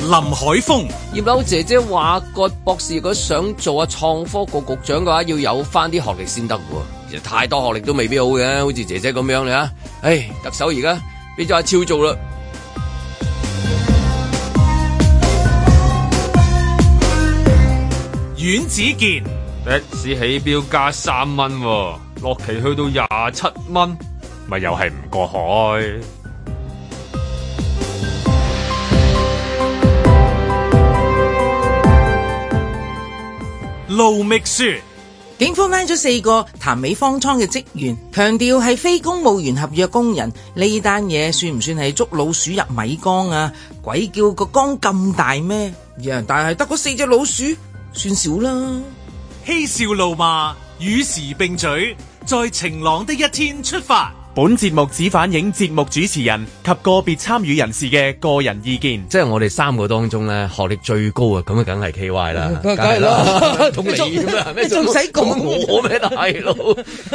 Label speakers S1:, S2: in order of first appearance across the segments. S1: 林海峰，
S2: 葉劉姐姐話：葛博士如果想做啊創科局局長嘅話，要有翻啲學歷先得喎。其實太多學歷都未必好嘅，好似姐姐咁樣你啊。唉，特首而家俾咗阿超做啦。
S1: 阮子健，
S3: 的士起標加三蚊喎，落期去到廿七蚊，咪又係唔過海。
S1: 盧覓雪，
S4: 警方拉咗四個潭尾方艙嘅職員，強調係非公務員合約工人。呢單嘢算唔算係捉老鼠入米缸啊？鬼叫個缸咁大咩？呀，但係得嗰四隻老鼠，算少啦。
S1: 嬉笑怒罵，與時並舉，在晴朗的一天出發。
S5: 本節目只反映節目主持人及個別參與人士嘅個人意見。
S2: 即係我哋三個當中咧，學歷最高啊，咁啊，梗係 K Y 啦，
S4: 梗係啦
S2: 同你 咁啊，咩
S4: 你仲使講
S2: 咁我咩大佬？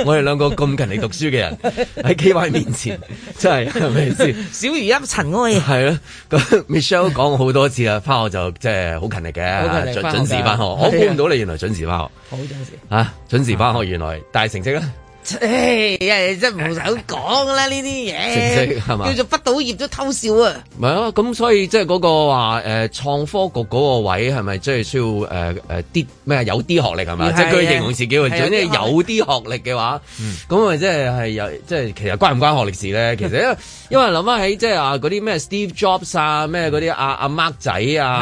S2: 我哋兩個咁勤力讀書嘅人喺 K Y 面前， 真係係咪先？
S4: 小如一啊塵埃。
S2: 係咯，咁 Michelle 講好多次啦，翻學就即係好勤力嘅，
S6: 好勤力
S2: 準
S6: 返學
S2: 準時翻學。
S6: 㗎
S2: 我估唔到你原來準時翻學
S6: 好陣時。
S2: 啊！準時翻學原來，但係成績咧，啊
S4: 唉，真係唔好講啦呢啲
S2: 成
S4: 嘢
S2: 績係嘛
S4: 叫做畢到業都偷笑啊！
S2: 唔係啊！咁所以即係嗰個話誒、呃、創科局嗰個位係咪即係需要誒誒啲咩有啲學歷係嘛？
S4: 係啊
S2: 即係佢形容自己喎，
S4: 係有啲啊嗯
S2: 總
S4: 學
S2: 之
S4: 歷
S2: 有啲學歷嘅話，咁啊即係係有即係其實關唔關學歷事咧？其實 因為因為諗翻起即係啊嗰啲咩 Steve Jobs 啊咩嗰啲阿阿 Mark 仔啊，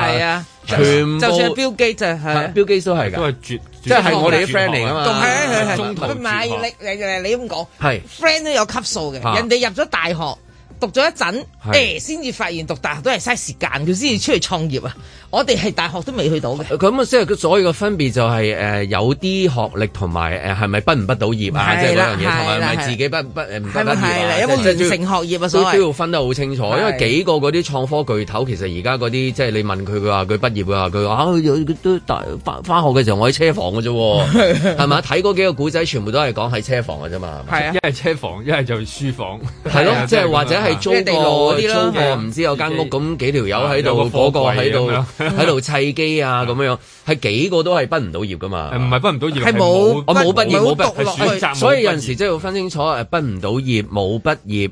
S4: 係啊，
S2: 全部啊
S4: 就算係標記就係。
S2: 標基都係㗎
S3: 都。係絕，
S2: 即係我哋啲 friend 嚟㗎嘛
S4: 係係係，
S3: 中途
S4: 唔係
S3: 絕學
S4: 你你你咁講
S2: 係
S4: ，friend 都有級數嘅，
S2: 啊
S4: 人哋入咗大學。讀咗一陣，
S2: 係
S4: 誒先至發現讀大學都係嘥時間，佢先至出去創業啊！我哋係大學都未去到嘅，
S2: 咁啊，即係佢所有嘅分別就係、誒有啲學歷同埋呃誒係咪畢唔畢到業啊，即係
S4: 係
S2: 嗰
S4: 啦
S2: 樣嘢，同埋
S4: 係啦
S2: 係咪
S4: 係
S2: 自己畢畢誒唔
S4: 係咪
S2: 畢得業
S4: 係啦？
S2: 啊？
S4: 有冇
S2: 即係
S4: 完
S2: 都要
S4: 成學業啊？所
S2: 都都
S4: 謂
S2: 要分得好清楚，因為
S4: 係
S2: 幾個嗰啲創科巨頭其實而家嗰啲即係你問佢，佢話佢畢業，佢話佢話啊，佢都大翻翻學嘅時候我喺車房嘅啫 喎，係咪？睇嗰幾個古仔全部都係講喺車房嘅啫嘛，係咪
S4: 係啊
S3: 一，係車房，一係就書房，
S2: 係咯，即係或者係租
S4: 啊即係地牢
S2: 個
S4: 嗰啲咯
S2: 租個唔知有間屋咁幾條友
S4: 啊
S3: 有
S2: 喺度，
S3: 個
S2: 嗰
S3: 貨櫃
S2: 個喺度
S3: 咁
S2: 喺度砌機啊咁樣，係幾個都係畢唔到業噶嘛。
S3: 唔係畢唔到業，
S4: 係冇
S2: 我
S3: 係
S2: 冇畢業冇
S4: 冇
S2: 畢
S4: 讀落
S3: 係選
S4: 去
S3: 擇。
S2: 所以有陣時即係要分清楚誒，畢唔到業冇畢業誒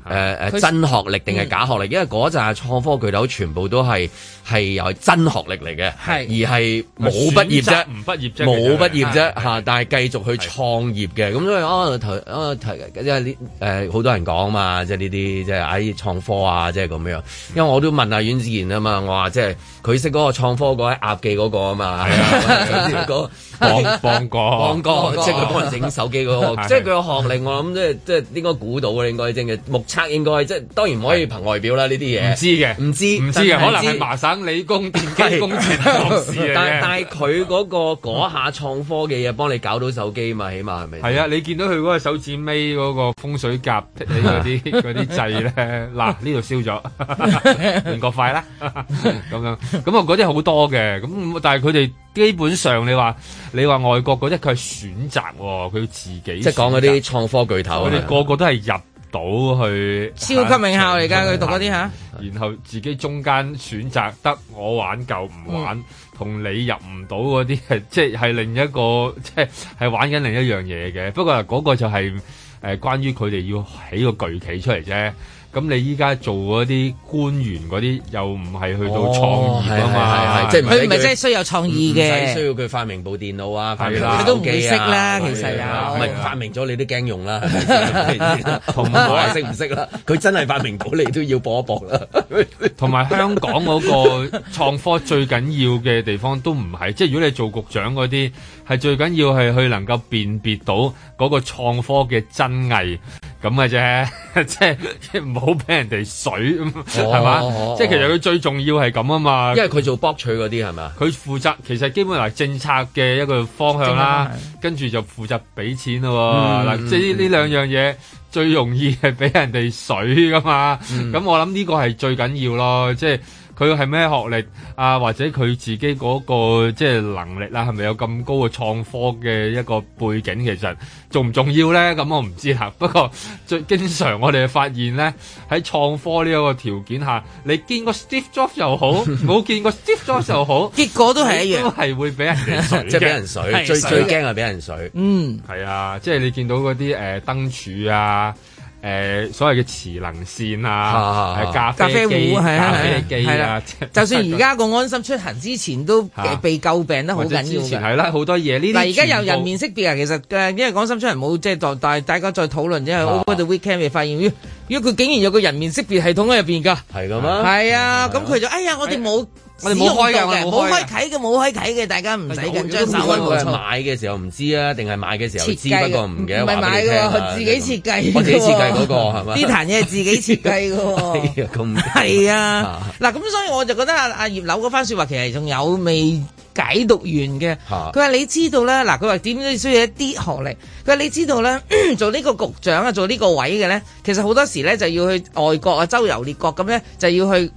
S4: 佢
S2: 誒真學歷定係假學歷，因為嗰陣創科巨頭全部都係係由真學歷嚟嘅，而係冇畢業啫
S3: 選擇。唔畢業啫，
S2: 冇畢業
S3: 係
S2: 啫嚇，但係繼續去創業嘅，咁所以啊頭啊頭即係呢誒好多人講嘛，即係呢啲即係喺創科啊，即係咁樣。因為我都問阿阮子健啊嘛，我話即係佢識嗰個創科嗰位鴨記嗰個 啊嘛，嗰個
S3: 放放
S2: 幫
S3: 過，
S2: 哥，即係佢幫人整手機
S3: 哦
S2: 嗰個，即係佢嘅學歷，我諗即係即係應該估到嘅，應該正嘅目測應該即係當然唔可以憑外表啦呢啲
S3: 唔
S2: 嘢，
S3: 知嘅，
S2: 唔知
S3: 唔知
S2: 真
S3: 嘅，
S2: 係唔
S3: 可能
S2: 知
S3: 係麻省理工電機工程學士
S2: 但但
S3: 嚟嘅。
S2: 係佢嗰個嗰下創科嘅嘢幫你搞到手機嘛，起碼係咪？
S3: 係啊，你見到佢嗰個手指尾嗰個風水甲剔起嗰 啲嗰啲掣咧，嗱呢度燒咗，換個快啦， 咁樣咁啊嗰啲好多嘅，咁但係佢哋基本上你話你話外國嗰啲佢係選擇喎，佢自己
S2: 即係講嗰
S3: 選擇
S2: 啲創科巨
S3: 佢
S2: 頭啊
S3: 哋個個都係入到去啊
S4: 超級名校嚟㗎，佢讀嗰啲嚇。
S3: 然後自己中間選擇得我玩夠唔玩，同、你入唔到嗰啲係即係另一個即係係玩緊另一樣嘢嘅。不過嗰個就係、誒、關於佢哋要起個巨企出嚟啫。咁你依家做嗰啲官員嗰啲又唔係去到創業啊嘛，
S2: 哦係係係係即係
S4: 佢唔係真係需要有創意
S2: 嗯唔使需
S4: 嘅，
S2: 要佢發明部電腦啊，發明
S3: 係啦
S2: 部
S3: 佢
S4: 都唔會
S2: 手機
S4: 識
S2: 啊
S4: 啦
S2: 係啊
S4: 其實有
S2: 唔係發明咗你都驚用啦， 同埋 我係識唔識啦？佢真係發明到你都要搏一搏啦。
S3: 同埋香港嗰個創科最緊要嘅地方都唔係，即係如果你做局長嗰啲，係最緊要係去能夠辨別到嗰個創科嘅真偽咁嘅啫， 即係即係唔好俾人哋水咁，係嘛
S2: 哦？
S3: 即係其實佢最重要係咁 啊嘛。
S2: 因為佢做博取嗰啲係嘛？
S3: 佢負責其實基本係政策嘅一個方向嗯啦，跟住就負責俾錢咯喎。嗱、即係呢呢兩樣嘢嗯最容易係俾人哋水噶嘛。咁、我諗呢個係最緊要咯，即係。佢係咩學歷啊，或者佢自己嗰、個即係能力啦、係咪有咁高嘅創科嘅一個背景，其實重唔重要咧？咁我唔知啦。不過最經常我哋發現咧，喺創科呢一個條件下，你見過 Steve Jobs 又好，冇見過 Steve Jobs 又好，
S7: 結果都係一
S3: 都
S2: 嗯
S7: 樣。
S3: 係會俾人 哋水嘅
S2: 即係俾人水，最
S7: 水
S2: 最驚係俾人水。
S7: 嗯，
S3: 係啊，即係你見到嗰啲誒燈柱啊，誒、所謂嘅磁能線啊，
S2: 啊
S3: 誒咖
S7: 咖啡
S3: 啡機、
S7: 壺係啊
S3: 咖啡機
S7: 係
S3: 啊
S7: 啊，就算而家個安心出行之前都
S3: 嚇
S7: 被詬病得好
S3: 或者
S7: 緊要
S3: 之前
S7: 㗎。
S3: 係啦，好多嘢呢啲
S7: 嗱，而家有
S3: 全
S7: 人
S3: 部
S7: 面識別啊，其實誒，因為安心出行冇即係代大大家再討論，因為 over the weekend 咪發現，咦咦佢竟然有個人面識別系統喺入邊㗎。
S2: 係咁啊！
S7: 係啊，咁佢就哎呀，我哋冇。
S3: 我哋冇開㗎我哋冇開㗎
S7: 冇開啟嘅，冇開啟嘅，大家唔使緊張，稍
S2: 我
S7: 安
S2: 都唔
S7: 勿
S2: 知佢係
S7: 躁。
S2: 買嘅時候唔知啊，定係買嘅時候
S7: 設
S2: 知，
S7: 計
S2: 不過唔記得
S7: 唔
S2: 話
S7: 係買
S2: 俾你
S7: 嘅
S2: 聽啊
S7: 喎，自己設計嘅喎。
S2: 我自己設計嗰個係 咪
S7: 呢壇嘢係自己 設計嘅喎。
S2: 係啊咁
S7: 係啊
S2: 啊，
S7: 嗱咁所以我就覺得阿阿葉柳嗰番説話其實仲有未解讀完嘅。
S2: 嚇
S7: 佢話你知道咧，嗱佢話點都需要一啲學歷。佢話你知道咧，做呢個局長啊，做呢個位嘅咧，其實好多時咧就要去外國啊，周遊列國咁咧就要去。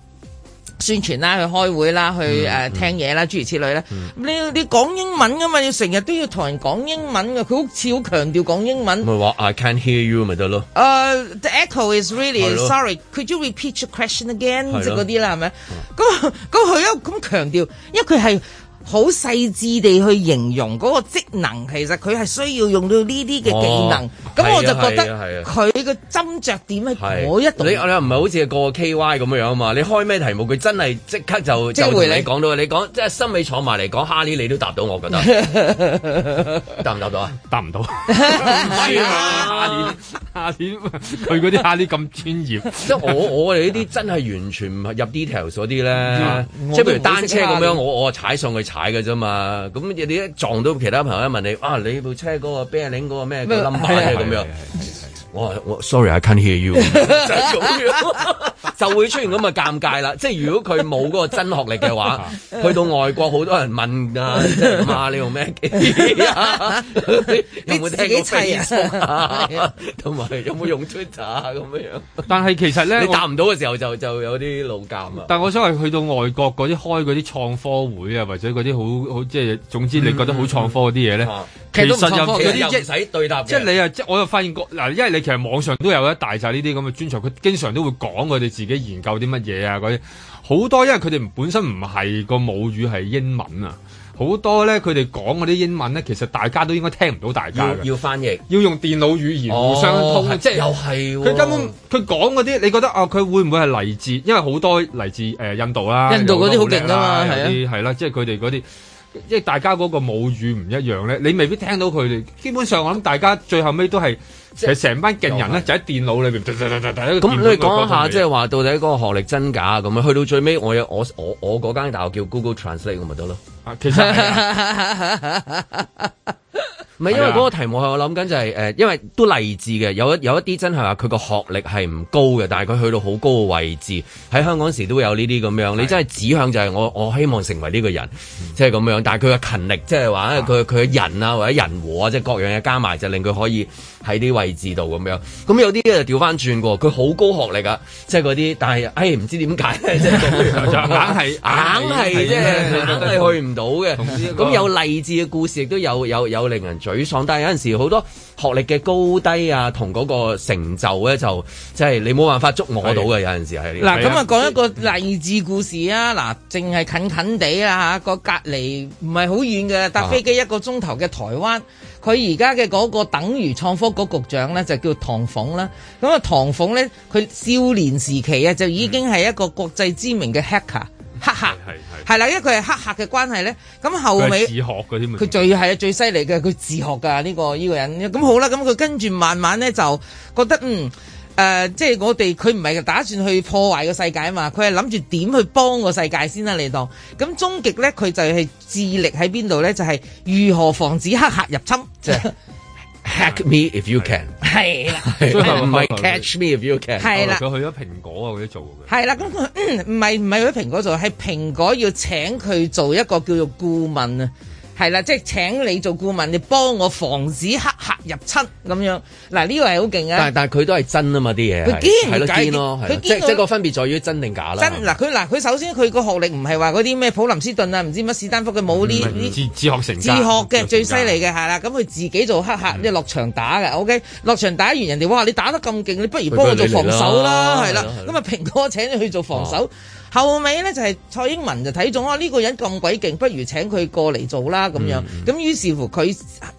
S7: 宣傳啦，去開會啦，去誒、呃聽嘢啦，諸如此類啦。你要你講英文噶嘛，要成日都要同人講英文嘅。佢好似好強調講英文。
S2: 咪話 I can't hear you 咪得咯。
S7: 誒、t h e echo is really
S2: 係咯
S7: sorry. Could you repeat your question again？
S2: 係咯嗯
S7: 即係嗰啲啦，係咪？咁咁佢又咁強調，因為佢係好細緻地去形容嗰個職能，其實佢係需要用到呢啲嘅技能
S2: 哦。
S7: 咁、
S2: 係啊
S7: 我就覺
S2: 係啊係
S7: 得
S2: 啊
S7: 佢個斟酌點喺
S2: 係
S7: 嗰一度。
S2: 你你唔係好似個 K Y 咁樣啊嘛？你開咩題目，佢真係即刻就
S7: 即
S2: 就
S7: 係
S2: 同
S7: 回
S2: 你
S7: 你
S2: 講到，你講即係心理坐埋嚟講哈利，你都答到，我覺得 答唔答到啊？
S3: 答唔到，係啊，下年下年佢嗰啲下年咁專業，
S2: 即係我 我哋呢啲真係完全唔入 details 嗰啲咧，
S7: 嗯我
S2: 即係譬
S7: 都
S2: 如
S7: 唔
S2: 單車
S7: 好
S2: 咁
S7: 識
S2: 樣，
S7: 啦
S2: 我我踩上去踩嘅啫嘛。咁你一撞到其他朋友一問你啊，你部車嗰個 b e a r i n g 嗰個咩個
S7: 咩
S2: number
S7: 係啊
S2: 咧咁樣。我話我 sorry，I can't hear you，就係咁樣就會出現咁嘅尷尬啦。即係如果佢冇嗰個真學歷 嘅話，
S7: 啊
S2: 去到外國好多人問啊，即係咁啊，你用咩機 啊？有冇聽過
S7: 你自己砌啊
S2: Facebook 啊？同埋有冇用 Twitter 啊？咁樣
S3: 但係其實咧，
S2: 你
S3: 我
S2: 答唔到嘅時候就就有啲老尷啊。
S3: 但我想係去到外國嗰啲開嗰啲創科會啊，或者嗰啲好好即係總之你覺得好創科嗰啲嘢咧
S2: 嗯，
S3: 其實
S7: 其實都唔創科
S3: 又
S7: 嘅
S3: 嗰
S2: 嗰
S3: 啲即
S2: 啲即係唔使對答嘅，
S3: 即係你啊！即係我又發現過嗱，因為你其實網上都有一大扎呢啲咁嘅專長，佢經常都會講佢哋自己研究啲乜嘢啊嗰啲，好多因為佢哋唔本身唔係個母語係英文啊，好多咧佢哋講嗰啲英文咧，其實大家都應該聽唔到大家
S2: 要
S3: 嘅，
S2: 要翻譯，
S3: 要用電腦語言互相通，
S2: 哦
S3: 即係
S2: 又係喎
S3: 佢根本佢講嗰啲，你覺得啊，佢會唔會係嚟自？因為好多嚟自誒、呃印度啦，
S7: 印度嗰啲好勁㗎嘛
S3: 有啲係啦，即係佢哋嗰啲，即係大家嗰個母語唔一樣咧，你未必聽到佢哋。基本上我諗大家最後尾都係其實成班勁人咧，就喺電腦裏邊突突突突突喺個
S2: 咁
S3: 電腦
S2: 你
S3: 嗰個
S2: 講下
S3: 方面
S2: 即係話到底嗰個學歷真假咁樣，去到最尾我有我我我嗰間大學叫 Google Translate 咁咪得咯。
S3: 啊其實 係啊
S2: 啊唔係因
S3: 係
S2: 為
S3: 啊
S2: 嗰個題目係我諗緊就係、呃因為都勵志嘅，有一有一啲真係話佢個學歷係唔高嘅，但係佢去到好高嘅位置，喺香港時都會有呢啲咁樣。你真係指向就係我我希望成為呢個人，即係咁樣。但係佢嘅勤力，即係話佢佢嘅人啊或者人和啊，即係各樣嘢加埋，就令佢可以喺啲位置度咁樣。咁有啲就調翻轉喎，佢好高學歷啊，即係嗰啲，但係唉唔知點解咧，即係咁樣
S3: 就硬係
S2: 硬係即係 硬係去唔到嘅。
S3: 呢個
S2: 咁有勵志嘅故事，亦都有有有令人沮喪。但係有陣時好多學歷嘅高低啊，同嗰個成就咧，就即係你冇辦法捉摸到嘅。有陣時係
S7: 嗱，
S3: 係
S7: 咁
S3: 啊
S7: 啊講一個勵志故事啊！嗱，淨係近近地啊啦嚇，個隔離唔係好遠嘅，搭飛機一個鐘頭嘅台灣，佢而家嘅嗰個等於創科局局長咧就叫唐鳳啦。咁啊，唐鳳咧佢少年時期啊就已經係一個國際知名嘅 hacker，黑客
S3: 係係
S7: 係啦，因為佢係黑客嘅關係咧，咁後
S3: 佢係
S7: 尾
S3: 自。學嗰啲咪
S7: 佢最係最犀利嘅，佢自學㗎呢、個呢、個人。咁好啦，咁佢跟住慢慢咧就覺得嗯誒、呃即係我哋佢唔係打算去破壞個世界啊嘛，佢係諗住點去幫個世界先啦、你當咁終極咧，佢就係致力喺邊度咧？就係、如何防止黑客入侵，
S2: 即係 hack me if you can，
S7: 係 啦，
S3: 最後
S2: 唔係 catch me if you can。
S7: 係啦。
S3: 佢去咗蘋果啊嗰啲做嘅，
S7: 係啦，咁佢唔係唔係佢蘋果做，係蘋果要請佢做一個叫做顧問啊，係啦，即係請你做顧問，你幫我防止黑客入七咁樣。嗱呢個係好勁
S2: 但
S7: 啊！
S2: 但佢都係真啊嘛啲嘢係，
S7: 佢堅
S2: 係咯
S7: 佢
S2: 堅咯，係咯
S7: 佢堅
S2: 即
S7: 佢
S2: 即個分別在於真定假啦。
S7: 真嗱佢嗱佢首先佢個學歷唔係話嗰啲咩普林斯頓啊，唔知乜史丹福佢冇
S3: 嗯
S7: 呢呢。
S3: 自自學成
S7: 自學嘅最犀利嘅係啦，咁佢自己做黑客，即係落場打嘅，OK，落場打完人哋哇，你打得咁勁，你不如幫我做防守啦，
S2: 不如你嚟啦
S7: 係啦哦
S2: 係，啦
S7: 咁啊蘋果請咗佢做防守，後尾咧就係蔡英文就睇中啊呢個人咁鬼勁，不如請佢過嚟做啦咁樣，咁於是乎佢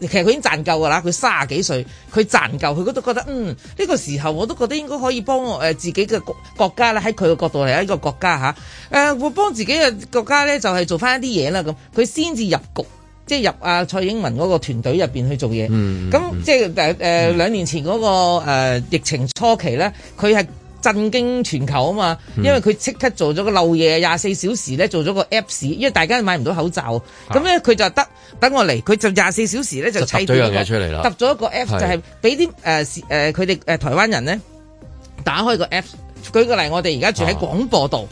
S7: 其實佢已經賺夠㗎啦，佢卅幾歲，佢賺夠，佢都覺得嗯呢個時候我都覺得應該可以幫我誒自己嘅國國家啦，喺佢嘅角度嚟一個國家嚇，誒會幫自己嘅國家咧就係做翻一啲嘢啦咁，佢先至入局。即係入啊蔡英文嗰個團隊入邊去做嘢。咁、
S2: 嗯
S7: 即係誒誒兩年前嗰、個、呃、疫情初期咧，佢係。震驚全球啊嘛，
S2: 嗯
S7: 因為佢即刻做咗個漏夜廿四小時咧，做咗個 Apps，因為大家買唔到口罩，咁咧佢就得等我嚟，佢就廿四小時咧
S2: 啊
S7: 就
S2: 就揼
S7: 砌咗
S2: 咗樣
S7: 一個
S2: 嘢出嚟啦
S7: 揼咗一個 Apps
S2: 係
S7: 就係俾啲誒誒佢哋呃誒台灣人咧打開個 Apps，舉個例，我哋而家住喺
S2: 啊
S7: 廣播道。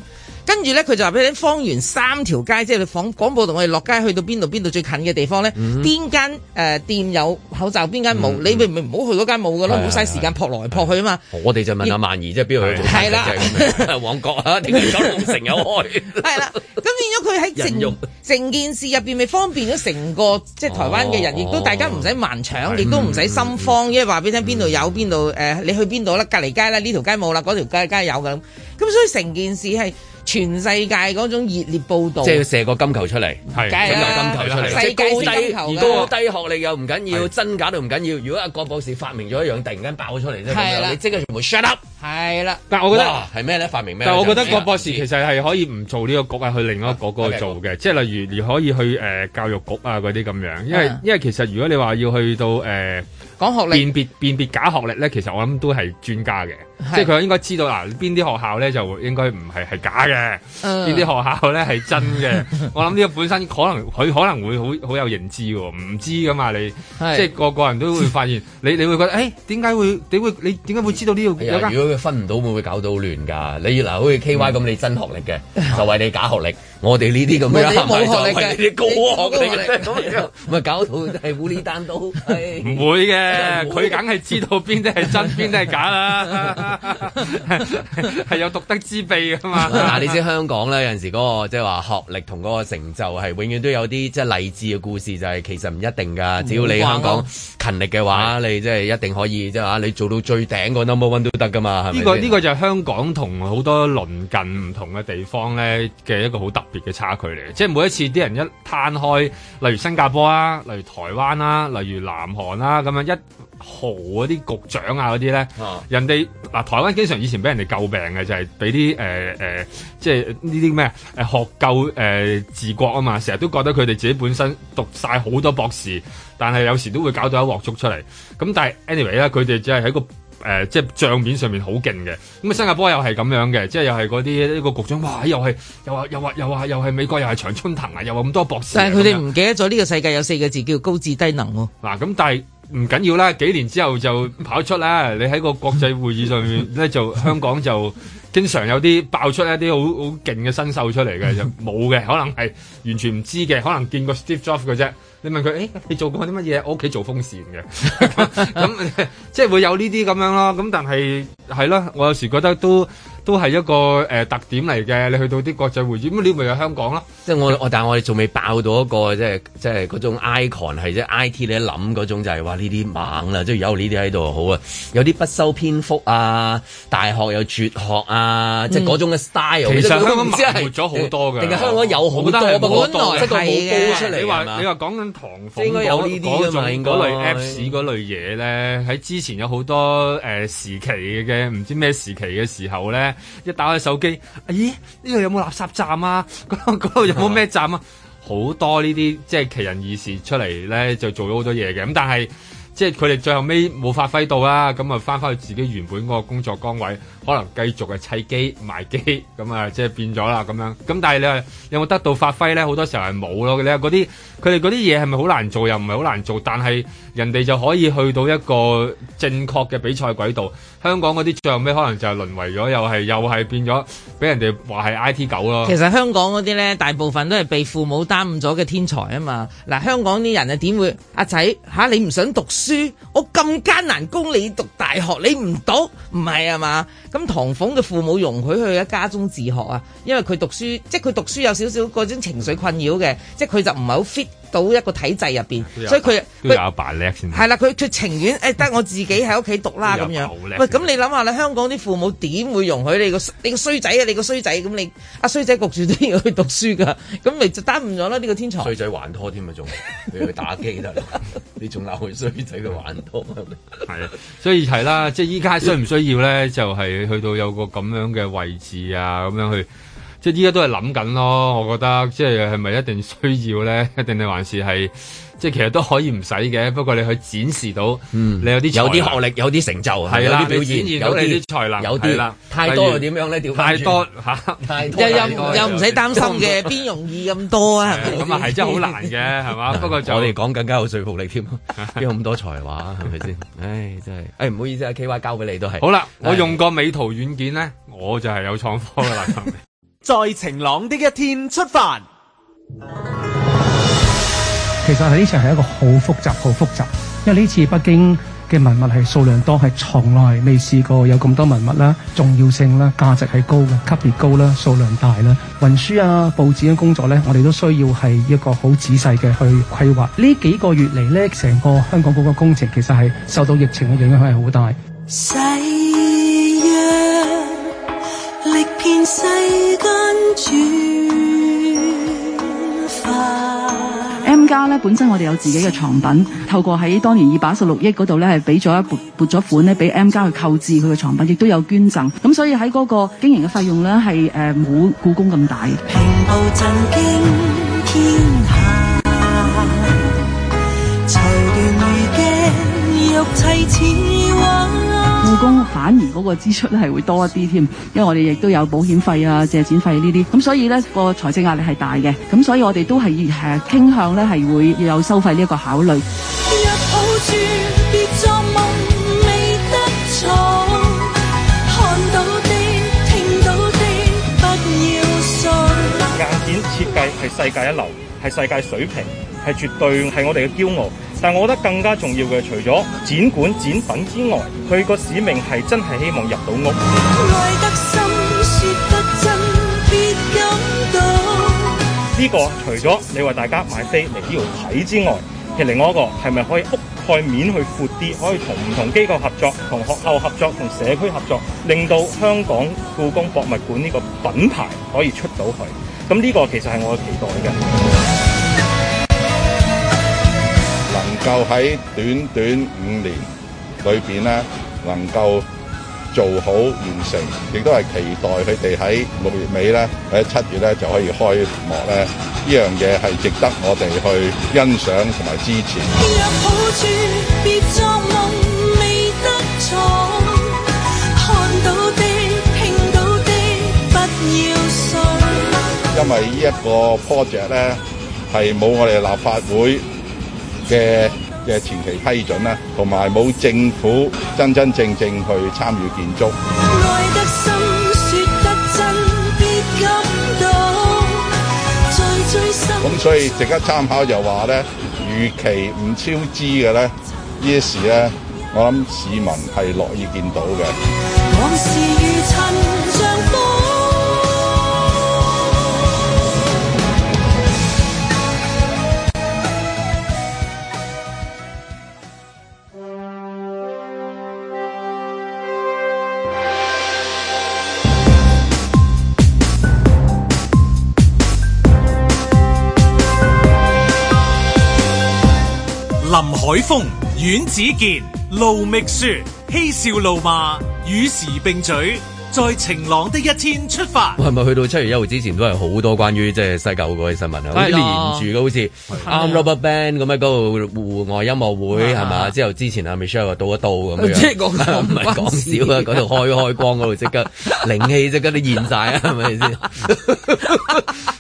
S7: 跟住咧，佢就話俾你聽，方圓三條街，即係你廣廣播道，我哋落街去到邊度邊度最近嘅地方咧，
S2: 嗯
S7: 邊間誒店有口罩，邊間冇，你咪咪唔好去嗰間冇噶咯，
S2: 係啊
S7: 好嘥
S2: 係
S7: 時間撲來撲去啊嘛。
S2: 我哋就問阿萬兒即係邊度去做
S7: 係啦
S2: 係啦， 旺角啊，定係九龍城有開？
S7: 係啦，咁變咗佢 喺
S2: 人肉
S7: 成成件事入邊，咪方便咗成個即係台灣嘅人，
S2: 哦嗯
S7: 亦都大家唔使盲搶，
S3: 係
S7: 亦都唔使心慌，因為話俾你聽邊度有邊度誒，你去邊度啦，隔離街啦，呢條街冇啦，嗰條街街有㗎咁。咁所以成件事係全世界嗰種熱烈報導
S2: 即。係要射個金球出啊嚟。
S3: 啊係
S7: 梗係
S2: 整
S7: 啦
S2: 嚿金球出嚟，
S7: 世
S2: 即
S7: 界
S2: 係
S7: 先金球
S2: 高低
S7: 㗎
S2: 高低學歷又唔緊要，
S3: 係
S2: 真假都唔緊要。如果阿郭博士發明咗一樣，突然間爆出嚟啫，咁
S7: 係
S2: 樣
S7: 啦
S2: 你即刻全部 shut up。
S7: 係啦。
S3: 但我覺得。
S2: 哇係咩咧？發明咩咧？
S3: 但我覺得
S2: 就唔知
S3: 郭
S2: 啦
S3: 博士其實係可以唔做呢個局啊，去另一個局嗰度做嘅，即係例如你可以去誒、呃教育局啊嗰啲咁樣，因為
S7: 嗯
S3: 因為其實如果你話要去到誒、呃、
S7: 講學
S3: 辨
S7: 歷
S3: 別辨別假學歷咧，其實我諗都係專家嘅，
S7: 係
S3: 即係佢應該知道嗱邊啲學校咧就應該唔係係假嘅，
S7: 嗯
S3: 邊啲、學校咧係真嘅。 我諗呢個本身可能佢可能會好好有認知喎，唔知噶嘛你，
S7: 係
S3: 即係個個人都會發現你你會覺得誒點解會你會你點解會知道呢
S7: 哎
S3: 度有
S2: 係啊，
S3: 間
S2: 如果佢分唔到，會唔會搞到好亂㗎？你嗱，好似 K Y 咁，你真學歷 嘅，就為你假學歷；我哋呢啲咁
S7: 我哋
S2: 樣，
S7: 都冇
S2: 係咪 就為你
S7: 學歷嘅
S2: 啲高學歷嘅，
S7: 你
S2: 咁樣咪搞到係烏哩單刀。係
S3: 唔
S2: 嗯
S3: 會嘅，
S2: 唔
S3: 佢
S2: 會
S3: 梗係知道邊啲係真，邊啲係假啦， 係有獨得之秘噶嘛。
S2: 嗱，你知香港咧有陣時嗰個即係話學歷同嗰個成就係永遠都有啲即係勵志嘅故事，就係其實唔一定
S3: 嗯
S2: 㗎。只要你香港勤力嘅話，你即係一定可以即係話啊你做到最頂個 number one 都得㗎嘛，係咪
S3: 呢
S2: 先？
S3: 個呢個就係香港同好多鄰近唔同嘅地方咧嘅一個好特別嘅差距嚟嘅，即係每一次啲人一攤開，例如新加坡啊，例如台灣啦、啊，例如南韓啦、啊，咁樣一豪嗰啲局長啊嗰啲咧，
S2: 啊
S3: 人哋嗱台灣經常以前俾人哋詬病嘅就係俾啲誒誒，即係呢啲咩誒學究誒、呃治國啊嘛，成日都覺得佢哋自己本身讀晒好多博士，但係有時都會搞到一鑊粥出嚟。咁但係 anyway 咧，佢哋只係喺個。誒、即係帳面上面好勁嘅，咁啊新加坡又係咁樣嘅，即係又係嗰啲呢個局長，哇！又係又話又話又話又係美國又係長春藤啊，又話咁多博士啊、
S7: 但係佢
S3: 咁
S7: 哋
S3: 樣
S7: 唔記得咗呢個世界有四個字叫高智低能喎。
S3: 嗱，咁但係唔緊要啦，幾年之後就跑出啦。你喺個國際會議上面咧，就香港就經常有啲爆出一啲好好勁嘅新秀出嚟嘅，就冇嘅，可能係完全唔知嘅，可能見過 Steve Jobs 嘅啫。你問佢，誒、你做過啲乜嘢？我屋企做風扇嘅，咁咁即係會有呢啲咁樣咯。咁但係係啦，我有時覺得都都係一個誒、呃特點嚟嘅。你去到啲國際會議，咁你咪有香港咯。
S2: 即係我我，但係我哋仲未爆到一個即係即係嗰種 icon 係即係 I T 你一諗嗰種就係話呢啲猛啦，即係有呢啲喺度好啊，有啲不修邊幅啊，大學有絕學啊，即係嗰種嘅 style。
S3: 其實
S2: 即係我
S3: 香港
S2: 唔知係
S3: 埋沒咗好多㗎
S2: 定係香港有好
S3: 我覺得係
S2: 多，不過
S7: 冇多
S2: 即係佢冇
S7: 嘅
S2: 高出嚟啊
S3: 你話
S2: 係嘛
S3: 你話講緊唐鳳
S2: 應該有呢啲㗎嘛
S3: 嗰
S2: 應該
S3: 嗰類 Apps 嗰類嘢咧，喺之前有好多誒、呃、時期嘅唔知咩時期嘅時候咧，一打開手機，咦呢度有冇垃圾站啊？嗰度嗰度有冇咩站啊？好多呢啲即係奇人異事出嚟咧，就做咗好多嘢嘅。咁但係即係佢哋最後尾冇發揮到啦，咁啊翻返去自己原本嗰個工作崗位，可能繼續係砌機賣機咁啊，即係變咗啦咁樣。咁但係你話有冇得到發揮咧？好多時候係冇咯。你話嗰啲佢哋嗰啲嘢係咪好難做？又唔係好難做，但係人哋就可以去到一個正確嘅比賽軌道。香港嗰啲最後尾可能就係淪為咗，又係又係變咗俾人哋話係 I T 狗咯
S7: 其。實香港嗰啲咧，大部分都係被父母耽誤咗嘅天才啊嘛。嗱，香港啲人啊，點會阿仔吓你唔想讀書，我咁艱難供你讀大學，你唔讀，唔係啊嘛？咁唐鳳嘅父母容許佢喺家中自學啊，因為佢讀書，即係佢讀書有少少嗰種情緒困擾嘅，即係佢就唔係好 fit 到一個體制入邊，
S3: 都有
S7: 所以佢
S3: 都有阿爸叻
S2: 嗯
S3: 先。
S7: 係啦，佢佢情願誒得我自己喺屋企讀啦咁樣
S3: 有牛。力
S7: 喂，咁你諗下啦，香港啲父母點會容許你個你個衰仔啊？你個衰仔咁你阿衰仔焗住都要去讀書㗎， 咁咪就耽誤咗啦呢個天才。
S2: 衰仔還拖添啊，仲 你去打機得啦，你仲鬧佢衰仔佢還拖，
S3: 係啊，所以係啦，即係依家需唔需要咧？就係、去到有個咁樣嘅位置啊，咁樣去，即係依家都係諗緊咯。我覺得即係係咪一定需要咧？ 一定係還是係即係其實都可以唔使嘅，不過你去展示到你有啲
S2: 嗯有啲
S3: 才能
S2: 學歷，有啲成就，啊
S3: 係
S2: 有
S3: 啦
S2: 啲表
S3: 你展
S2: 現，
S3: 現
S2: 有
S3: 到你
S2: 啲
S3: 啲才能
S2: 有
S3: 係
S2: 啲
S3: 啦
S2: 太多
S3: 例
S2: 又
S3: 如
S2: 點樣咧？調翻
S3: 太
S2: 轉
S3: 多 嚇。
S2: 太多
S7: 又
S2: 太
S7: 又
S2: 多
S7: 又唔使擔心嘅，邊容易咁多啊？係咪先
S3: 咁啊，係真係好難嘅，係 嘛？不過就
S2: 我哋講更加有說服力添，邊有咁多才華啊係咪先？唉，真係，唉唔好意思啊，K Y 交俾你都係。
S3: 好啦，我用過美圖軟件咧，我就係有創科 嘅啦。
S5: 在晴朗的一天出發。
S6: 其實係呢次係一個好複雜、好複雜，因為呢次北京嘅文物係數量多，係從來未試過有咁多文物啦，重要性啦、價值係高嘅，級別高啦，數量大啦，運輸啊、佈置嘅工作呢，我哋都需要係一個好仔細嘅去規劃。呢幾個月嚟呢，成個香港嗰個工程其實係受到疫情嘅影響係好大。
S8: 誓約，力遍世間轉化。
S9: M 家咧本身我哋有自己嘅藏品，透過喺當年二百一十六億嗰度咧係俾咗一撥撥咗款咧俾 M 家去購置佢嘅藏品，亦都有捐贈。咁所以喺嗰個經營嘅費用咧係誒冇故宮咁大嘅。
S8: 平步震驚天下，綢緞玉鏡玉砌似畫。
S9: 故宮反而嗰個支出咧係會多一啲添，因為我哋亦都有保險費啊、借錢費呢啲，咁所以呢個財政壓力係大嘅，咁所以我哋都係誒傾向呢係會要有收費呢一個考慮。
S8: 若抱住，別作夢，未得錯。看到的，聽到的，不要信。
S10: 硬件設計係世界一流，係世界水平，係絕對係我哋嘅驕傲。但我覺得更加重要嘅，除咗展館展品之外，佢個使命係真係希望入到屋。
S8: 愛得深，説得真，別感動。
S10: 呢、個除咗你話大家買飛嚟呢度睇之外，其實另外一個係咪可以屋蓋面去闊啲，可以同唔同機構合作、同學校合作、同社區合作，令到香港故宮博物館呢個品牌可以出到去。咁呢個其實係我嘅期待嘅。
S11: 能夠喺短短五年裏邊咧，能夠做好完成，亦都係期待佢哋喺六月尾咧，或者七月咧就可以開幕咧。呢樣嘢係值得我哋去欣賞同埋支持。
S8: 若抱住，別作夢，未得錯。看到的，聽到的，不要信。
S11: 因為呢一個 project 咧係冇我哋立法會嘅嘅前期批准啦，同埋冇政府真真正正去參與建築。
S8: 愛得深，説得真，別感動。再追深，
S11: 咁所以值得參考就話咧，預期唔超支嘅咧，呢啲事咧，我諗市民係樂意見到嘅。
S8: 往事如塵像風。
S1: 林海峰、阮子健、盧覓雪嬉笑怒罵，與時並舉，在晴朗的一天出發。
S2: 係咪去到七月一號之前都係好多關於即係西九嗰啲新聞啊？好似連住嘅，好似啱 Rubber Band 咁樣嗰個戶外音樂會係嘛？之後之前阿 Michelle 又到一到咁 樣，
S4: 即係嗰個
S2: 啊唔係 講笑啊！嗰度開開光嗰度即刻靈氣即刻都現晒啊，係咪先？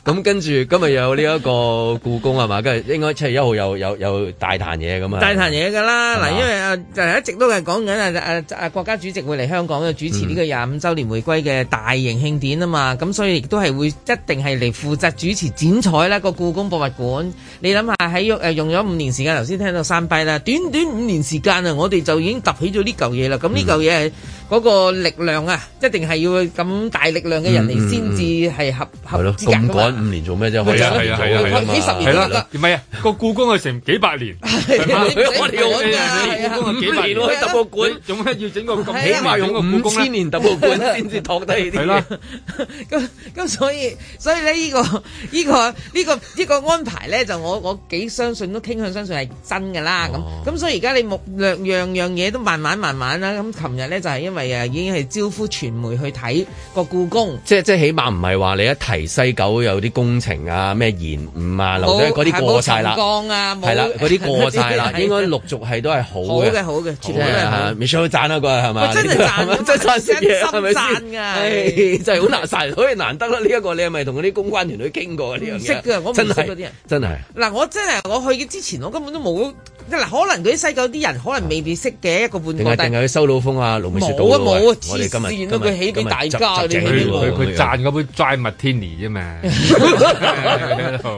S2: 咁跟住今日有呢一個故宮係嘛？跟住應該七月一號又有有大壇嘢咁啊！
S7: 大壇嘢㗎啦，
S2: 係嘛
S7: 嗱，因為啊，就一直都係講緊啊啊啊國家主席會嚟香港嘅主持呢個
S2: 嗯
S7: 廿五週年回歸嘅大型慶典啊嘛，咁所以亦都係會一定係嚟負責主持剪彩啦個故宮博物館。你諗下喺誒用咗五年時間，頭先聽到山跛啦，短短五年時間啊，我哋就已經揼起咗呢嚿嘢啦。咁
S2: 嗯
S7: 呢嚿嘢係嗰個力量啊，一定係要咁大力量嘅人嚟先至係合
S2: 嗯係
S7: 合
S2: 咯，
S7: 資格㗎
S2: 咁
S7: 嘛
S2: 趕五年做咩啫？可以
S3: 係啊係啊係啊
S2: 係
S7: 幾十
S3: 係
S7: 年
S3: 啦，唔係啊，個故宮係成幾百 年，係嘛
S7: 你唔使
S2: 我哋
S7: 講㗎係啊
S3: 故宮係幾百年
S2: 五年可以揼個館
S3: 做咩要整個咁
S2: 起碼
S3: 大整個
S2: 哎用
S3: 故
S2: 五
S3: 宮
S2: 千
S3: 咧？
S2: 年揼個 管先至托得起啲
S3: 係啦
S2: 嘢。，
S7: 咁咁所以所以咧呢、個呢、個呢、個呢、個安排咧就我我幾相信都傾向相信係真㗎啦咁
S2: 哦
S7: 咁、所以而家你目略樣樣嘢都慢慢慢慢啦咁琴日咧就係、因為誒已經係招呼傳媒去睇個故宮。
S2: 即即起碼唔係話你一提西九有啲工程啊、咩延誤啊、留咗嗰啲過晒啦，
S7: 降啊，冇
S2: 係 啦，嗰啲過晒啦，應該陸續係都係好
S7: 好
S2: 嘅啊
S7: 嘅。好嘅，
S2: 即
S7: 絕對係好
S2: 係 Michelle 讚啦，佢係嘛？
S7: 喂真係讚㗎
S2: 真係讚食嘢，係咪
S7: 真
S2: 先？
S7: 心讚㗎
S2: 唉真係好難， 曬好難得啦！呢一個你係咪同嗰啲公關團隊傾過啊呢樣嘢？
S7: 唔識㗎我唔
S2: 真係
S7: 識嗰啲人，
S2: 真係。
S7: 嗱，我真係我去嘅之前，我根本都冇嗱，可能嗰啲西九啲人可能未必識嘅一個半
S2: 定
S7: 個，
S2: 係
S7: 但
S2: 定係佢收到風啊？盧美雪到
S7: 冇啊
S2: 喎
S7: 冇啊
S2: 我
S7: 黐
S2: 哋今日
S7: 線啊
S2: 今日
S7: 佢起俾
S2: 今日
S7: 大家
S2: 執
S7: 啊
S2: 執
S7: 你
S2: 正
S3: 佢
S2: 呢個
S3: 佢佢
S2: 咁樣
S3: 讚嗰杯 Dry Martini 啫嘛，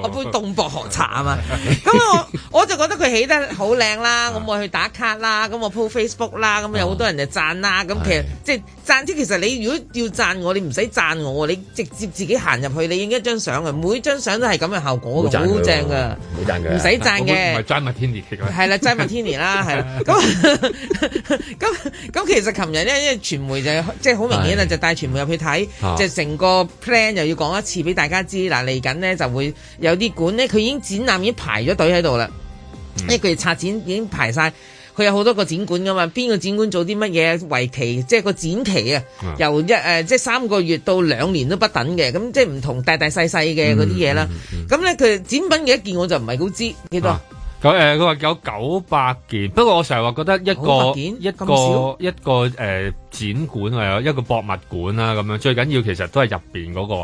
S7: 我杯凍薄荷茶啊嘛，咁我我就覺得佢起得好靚啦，咁我去打卡啦，咁我 po Facebook 啦，咁有好多人就讚啦，咁其實即係讚即係其實你如果要讚我，你唔使讚我，你直接自己行入去，你影一張相啊，每張相都係咁嘅效果
S2: 冇
S7: 㗎，
S2: 讚佢
S7: 好
S2: 喎
S7: 正噶，
S2: 冇讚佢啊，
S7: 唔使讚
S3: 嗰杯唔
S7: 嘅
S3: 係。Dry Martini 嚟㗎。
S7: 係 啦，齋麥天尼啦，係啦，咁咁咁其實琴日咧，因為傳媒就即係好明顯啦，
S2: 係
S7: 就帶傳媒入去睇
S2: 啊，
S7: 就成個 plan 又要講一次俾大家知。嗱，嚟緊咧就會有啲館咧，佢已經展覽已經排咗隊喺度啦，因為佢哋策展已經排晒。佢有好多個展館噶嘛，邊個展館做啲乜嘢為期，即係個展期啊，由一誒、呃即係三個月到兩年都不等嘅，咁即係唔同大大細細嘅嗰啲嘢啦。咁咧佢展品嘅一件我就唔係好知幾多。
S3: 啊咁誒，佢話有九百件，不過我成日話覺得一
S7: 900
S3: 個
S7: 件
S3: 一個
S7: 咁
S3: 一個誒、呃展館啊，一個博物館啦咁樣，最緊要其實都係入邊嗰個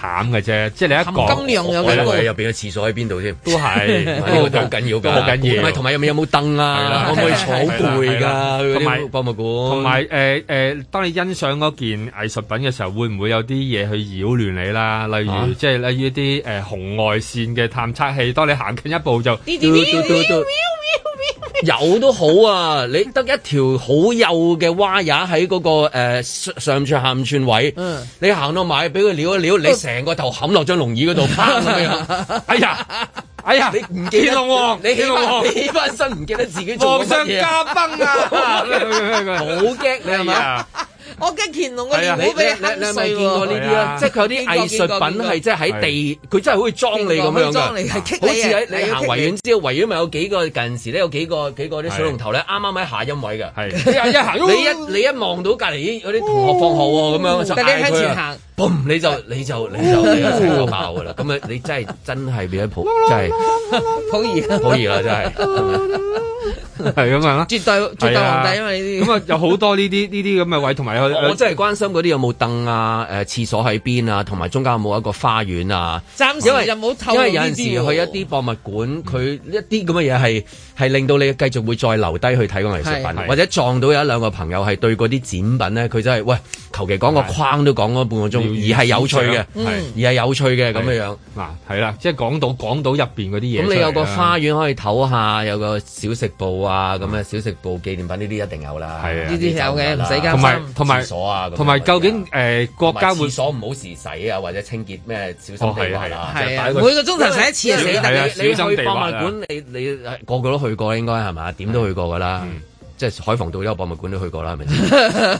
S3: 餡嘅啫，即係你一
S7: 含金
S3: 講
S7: 量有
S2: 我以
S7: 幾高？
S2: 為入邊嘅廁所喺邊度添？
S3: 都係
S2: 呢個都好緊要㗎，
S3: 好緊要
S2: 唔係同埋有冇有冇凳
S3: 係
S2: 啊？
S3: 啦
S2: 可唔可以坐好攰
S3: 係啦
S2: 㗎？去
S3: 同
S2: 嗰
S3: 埋
S2: 啲博物館，
S3: 同埋誒誒，當你欣賞嗰件藝術品嘅時候，會唔會有啲嘢去擾亂你啦？例如、
S2: 啊
S3: 即係例如一啲誒、呃、紅外線嘅探測器，當你行近一步就
S7: 滴
S2: 嘟
S7: 滴
S2: 嘟嘟嘟有都好啊！你得一條好幼嘅蛙也喺嗰個誒上上寸下五寸位
S7: 嗯，
S2: 你行到埋俾佢撩一撩，你成個頭冚落張龍椅嗰度，砰咁樣。
S3: 哎呀哎呀，
S2: 你唔記得
S3: 乾隆王，
S2: 你起
S3: 乾隆
S2: 碼
S3: 王
S2: 你起翻身唔記得自己做
S3: 皇
S2: 過乜
S3: 上
S2: 嘢，
S3: 駕崩啊！
S2: 好驚你係
S3: 係
S2: 咪？
S3: 嘛？
S7: 我嘅乾隆個
S2: 你
S7: 年
S2: 你
S7: 冇俾
S2: 你你
S7: 坑
S2: 係咪
S7: 碎
S2: 見過呢
S7: 喎。
S2: 啲
S3: 係
S2: 啊
S3: 啊？
S2: 即係佢有啲藝術
S7: 見
S2: 品
S7: 過
S2: 係即係喺地，佢真係好似裝你咁樣
S7: 見過裝
S2: 㗎
S7: 你係棘。
S2: 好
S7: 你啊
S2: 似喺
S7: 係
S2: 你
S7: 要
S2: 行
S7: 棘
S2: 維
S7: 你
S2: 園之後，維園咪有幾個近時咧有幾個幾個啲水龍頭咧，啱啱喺下音位㗎。
S3: 係一一行
S2: 你一哦你一望到隔離咦有啲同學放學喎咁樣，就
S7: 但你
S2: 嗌
S7: 向
S2: 佢
S7: 前
S2: 啊
S7: 行，
S2: 嘣你就你就你就你就成個爆㗎啦。咁啊，你真係真係變咗普，真係
S7: 溥儀
S2: 可以啦，真係。
S3: 係咁樣啦。
S7: 絕對絕對皇帝，因為呢
S3: 咁啊，有好多呢啲呢啲咁嘅位，同埋有
S2: 我
S3: 有
S2: 真係關心嗰啲有冇凳啊，誒廁所喺邊啊，同埋中間有冇一個花園啊。
S7: 啲暫
S2: 因為
S7: 時就冇透
S2: 因
S7: 露
S2: 為有
S7: 呢
S2: 陣
S7: 啲
S2: 時
S7: 喎
S2: 去一啲博物館，佢一啲咁嘅嘢係係令到你繼續會再留低去睇個藝術
S7: 係
S2: 品，
S3: 係
S2: 或者撞到有一兩個朋友係對嗰啲展品咧，佢真係喂，求其講個框都講咗半個鐘，而係有趣嘅，
S3: 係
S2: 而係有趣嘅咁樣樣。
S3: 嗱係啦，即係講到講到入邊嗰啲嘢。
S2: 咁你有個花園可以唞下，有個小食部啊，咁啊小食部紀念品呢啲一定有啦。
S3: 係啊
S7: 呢啲有嘅唔使
S3: 同
S7: 擔
S3: 埋
S7: 心。
S3: 同埋
S2: 廁所啊，咁樣
S3: 同埋究竟誒國家哦會
S2: 廁所唔好時洗啊，或者清潔咩小心地滑啊。
S7: 係啊，
S3: 擺個
S7: 每個鐘頭洗一次啊，死
S3: 係啊
S7: 得
S2: 你你
S3: 小心
S2: 去
S3: 地
S2: 博物
S3: 滑啊嗯
S2: 館，你你個個都去過應該係嘛？點都去過㗎啦。即係海防道有博物館都去過啦，係 咪先？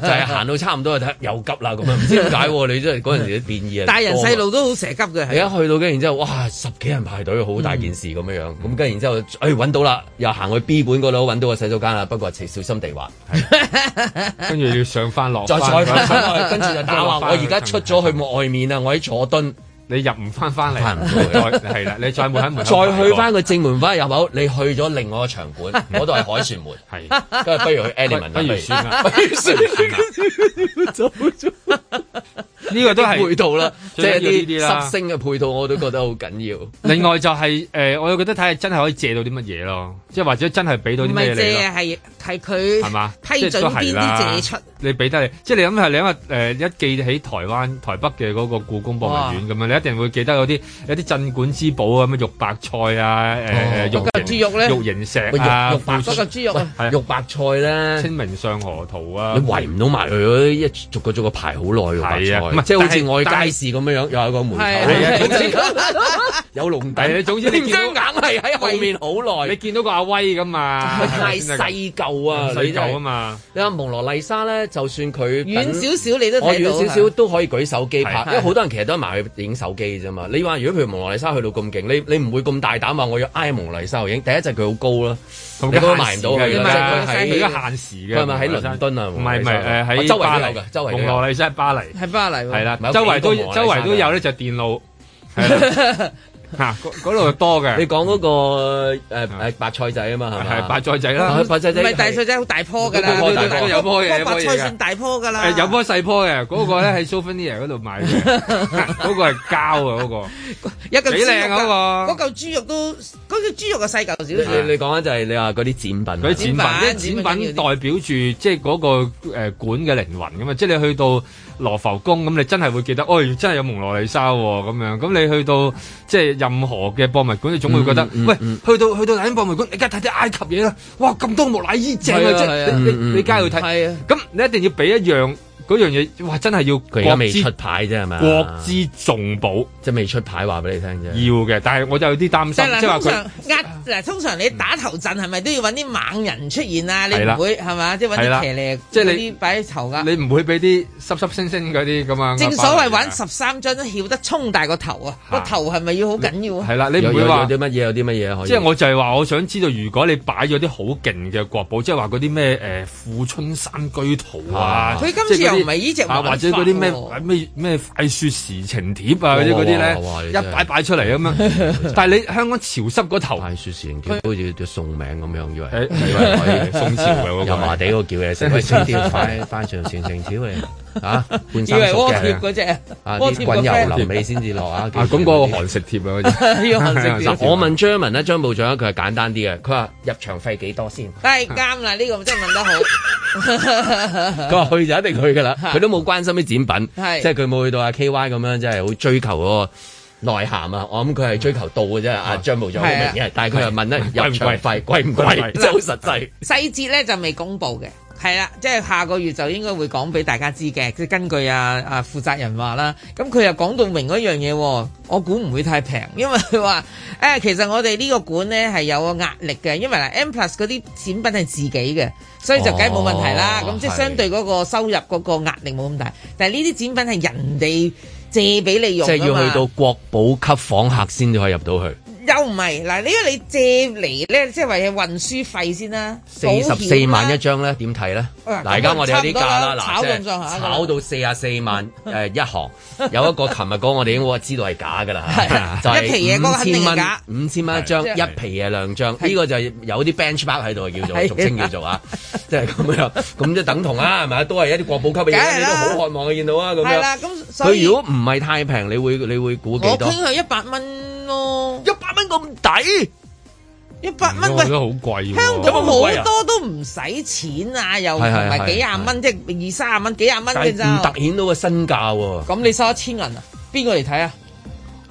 S2: 就係行到差唔多就睇又急啦咁啊樣，唔知點解喎你真係嗰陣時啲變異啊！
S7: 大人細路都好蛇急嘅，
S2: 你一去到跟然之後，哇！十幾人排隊，好
S3: 嗯
S2: 大件事咁樣樣。咁跟然之後，誒揾到啦，又行去 B 本嗰度揾到個洗手間啦。不過係小心地滑，
S3: 跟住要上翻落，
S2: 再再翻上去，跟住就打話我而家出咗去外面啊，我喺佐敦，
S3: 你入唔翻翻嚟，係啦，你再冇喺門口
S2: 再去翻個正門翻入口，你去咗另外一個場 館，嗰度係凱旋門，
S3: 係
S2: 跟住不如
S3: 啊
S2: 去 Element
S3: 不如算啦
S2: 不如算啦
S7: 啊
S3: 呢個都係
S2: 配套啦，即
S3: 最緊
S2: 係啲
S3: 要呢啲啦
S2: 濕星嘅配套，我都覺得好緊要。
S3: 另外就係、呃我又覺得睇下真係可以借到啲乜嘢咯，即係或者真係俾到
S7: 唔
S3: 啲咩
S7: 係
S3: 你咯
S7: 借啊，係係佢
S3: 係嘛？
S7: 批准邊啲借出。
S3: 你俾得你，即係你諗下，你諗下誒一記起台灣台北嘅嗰個故宮博物院咁
S7: 哦
S3: 樣，你一定會記得有啲有啲鎮館之寶啊，咩玉白菜啊，
S7: 哦
S3: 誒誒
S2: 嗰嚿
S3: 肉
S2: 豬肉咧
S3: 肉形石
S2: 喂
S3: 啊，
S2: 肉肉白
S3: 腐竹
S2: 嗰嚿豬肉啊
S3: 係
S2: 肉白菜咧，
S3: 清明上河圖啊，
S2: 你圍唔到埋佢嗰啲，一逐個逐個排好耐嘅白
S3: 係
S2: 菜，
S3: 啊唔係
S2: 即係好
S3: 但
S2: 似
S3: 係
S2: 我去
S3: 但係
S2: 街市咁樣樣，又有個門
S3: 係啊 總之
S2: 口，有龍底。
S3: 係啊總之
S2: 你
S3: 你
S2: 唔
S3: 見
S2: 知
S3: 到
S2: 硬係喺後面好耐，
S3: 你見到個阿威咁啊，
S2: 佢太細舊啊，
S3: 細
S2: 你真係
S3: 舊啊嘛。
S2: 你話蒙羅麗莎咧，就算佢
S7: 遠
S2: 等
S7: 少少你都睇到
S2: 我遠少少都可以舉手機拍，
S7: 係
S2: 因為好多人其實都係埋去影手機啫嘛。你話如果譬如蒙羅麗莎去到咁勁，你你唔會咁大膽話我要挨蒙羅麗莎去影。第一就佢好高啦，
S3: 同
S2: 你
S3: 佢
S2: 都埋唔到
S3: 限時
S2: 佢
S3: 㗎
S2: 啦。
S3: 而家
S2: 即係
S3: 佢而家限時嘅
S2: 佢係咪喺倫敦啊？
S3: 唔係唔係誒喺
S2: 哦周圍
S3: 巴黎
S2: 都有嘅，周圍都
S3: 蒙
S2: 有
S3: 羅麗莎喺巴黎，
S7: 喺巴黎喎
S3: 係啦
S2: 唔係，
S3: 周圍都
S2: 有幾個
S3: 周圍都有咧，就 電路係啦嚇嗰嗰度多嘅。
S2: 你講嗰個誒誒白菜仔啊嘛，係咪？
S3: 係白菜仔啦
S2: 白菜仔
S7: 唔係大細仔好大棵㗎啦，
S2: 都都
S7: 佢大
S2: 都
S3: 有棵嘅有棵
S7: 白
S3: 嘢
S7: 菜
S3: 㗎
S7: 算大棵㗎啦。
S3: 誒有棵細棵嘅，嗰個咧喺 Souvenir 嗰度 買嘅，嗰個係膠啊，嗰個
S7: 一嚿
S3: 幾靚啊
S7: 豬肉㗎
S3: 嗰個
S7: 嗰。嚿豬肉都嗰嚿豬肉嘅細嚿
S2: 你
S7: 少啊
S2: 你
S7: 少。
S2: 你講緊就係你話嗰啲展品啊，
S3: 嗰啲展品，啲展品代表住即係嗰個誒館嘅靈魂噶嘛，即係你去到羅浮宮咁，你真係會記得，哦，真係有蒙羅麗莎喎咁樣。咁你去到即係任何嘅博物館，你總會覺得，喂，去到去到睇博物館，你梗係睇啲埃及嘢啦，哇，咁多木乃伊正啊，
S2: 係啊
S3: 即
S2: 係啊
S3: 係你
S2: 嗯嗯
S3: 你你梗係去睇。咁你一定要俾一樣嗰樣嘢，哇，真係要
S2: 佢而家
S3: 國
S2: 未
S3: 之
S2: 出牌啫係咪啊？
S3: 國之重寶。
S2: 即係未出牌話俾你聽啫。
S3: 要嘅，但係我就有啲擔心，
S7: 即係
S3: 即係話
S7: 嗱，通
S3: 佢
S7: 常壓嗱，通常你打頭陣係咪都要揾啲猛人出現啊？你
S3: 嗯係
S7: 唔
S3: 啦
S7: 會係嘛？即係揾
S3: 係
S7: 啲
S3: 啦
S7: 騎呢，
S3: 即係
S7: 嗰
S3: 你
S7: 啲擺喺頭㗎。
S3: 你唔會俾啲濕濕星星嗰啲咁啊。
S7: 正所謂玩十三張都曉得衝大個頭啊！個頭係咪要好緊要啊？
S3: 係啦，你唔
S2: 有
S3: 會
S2: 有
S3: 話
S2: 有啲。乜嘢，有啲乜嘢可以？
S3: 即係我就係話，我想知道，如果你擺咗啲好勁嘅國寶，即係話嗰啲咩誒富春山居圖啊，
S7: 佢今次
S3: 即係嗰啲
S7: 又唔係呢隻
S3: 啊，
S7: 玩法
S3: 或者嗰啲咩
S7: 喎
S3: 咩咩快雪時晴帖啊嗰啲嗰啲
S2: 哇哇哇
S3: 咧，
S2: 你真係
S3: 一擺擺出嚟咁 樣。但係你香港潮濕嗰頭，
S2: 派雪前叫好似叫送名咁樣，以為
S3: 誒
S2: 以為可以
S3: 宋朝嘅嗰個
S2: 油麻地嗰個叫 嘢食，喂，整條快快上成成條嚟 啊，半
S7: 以為
S2: 生熟
S7: 鍋貼
S2: 嘅
S7: 嗰只，
S2: 啊，
S7: 鍋
S2: 啲滾
S7: 貼個 friend
S2: 油淋尾先至落啊。
S3: 啊咁嗰個韓食帖啊嗰啲，
S7: 要韓食
S2: 嗱
S7: 碟，
S2: 我問張文咧，張部長佢係簡單啲嘅，佢話入場費幾多 先？
S7: 係啱啦！呢個真係問得好。
S2: 佢話去就一定去㗎啦，佢都冇關心啲展品，
S7: 係
S2: 即係佢冇去到阿 K Y 咁樣，即係好追求嗰個內涵啊！我諗佢係追求到嘅啫，阿張部長好明
S7: 係
S2: 顯係，但係佢又問咧
S3: 貴唔
S2: 入場
S3: 貴
S2: 費貴
S3: 貴
S2: 唔貴，
S3: 唔貴
S2: 即係好實際。
S7: 細節咧就未公布嘅，係啦，即係下個月就應該會講俾大家知嘅。即係根據啊啊負責人話啦，咁佢又講到明嗰樣嘢喎，我估唔會太平，因為佢 話誒其實我哋呢個館咧係有壓力嘅，因為嗱 M Plus 嗰啲展品係自己嘅，所以就梗係冇問題啦。
S2: 哦
S7: 咁即係
S2: 係
S7: 相對嗰個收入嗰個壓力冇咁大，但係呢啲展品係人哋借俾你用
S2: 即係
S7: 㗎
S2: 要
S7: 嘛
S2: 去到國寶級訪客先至可以入到去，
S7: 又唔係嗱，因為你借嚟咧，即係話係運輸費先啦，
S2: 四
S7: 保
S2: 十四
S7: 險啊啦
S2: 萬一張咧，點睇咧？
S7: 喂
S2: 嗱，而家我哋有啲價啦，
S7: 差
S2: 嗱，
S7: 唔
S2: 即
S7: 多
S2: 係
S7: 啦炒咁上下㗎啦
S2: 炒到四啊四 萬誒一行，有一個琴日講我哋已經話知道係假㗎啦，
S7: 係
S2: 就係
S7: 一皮嘢嗰個肯定
S2: 5000
S7: 係
S2: 蚊
S7: 假，
S2: 五千蚊一張，
S7: 係
S2: 一皮嘢兩張，
S7: 係
S2: 呢個就係有啲 benchmark 喺度叫做
S7: 係
S2: 俗稱叫做啊， 即係咁樣，咁即係等同啊啦，係咪都係一啲國寶級嘅
S7: 梗
S2: 嘢，
S7: 係
S2: 你
S7: 啦
S2: 都好渴望佢見到啊，咁
S7: 係
S2: 樣。
S7: 啦，咁所
S2: 佢
S7: 以
S2: 如果唔係太平，你會你會估幾
S7: 我
S2: 多？
S7: 傾向一百蚊咯，
S2: 一百蚊咁抵，
S7: 一百蚊
S3: 我覺得好
S7: 喂。
S3: 貴喎。
S7: 香
S2: 咁啊
S7: 港好
S2: 好貴啊
S7: 多都唔使錢啊，又唔
S2: 係係
S7: 係
S2: 係
S7: 幾廿蚊，即係二三十蚊、幾廿蚊
S2: 但係
S7: 嘅
S2: 唔
S7: 咋
S2: 突。顯到個身價喎。
S7: 咁你收一千銀啊？邊個嚟睇啊？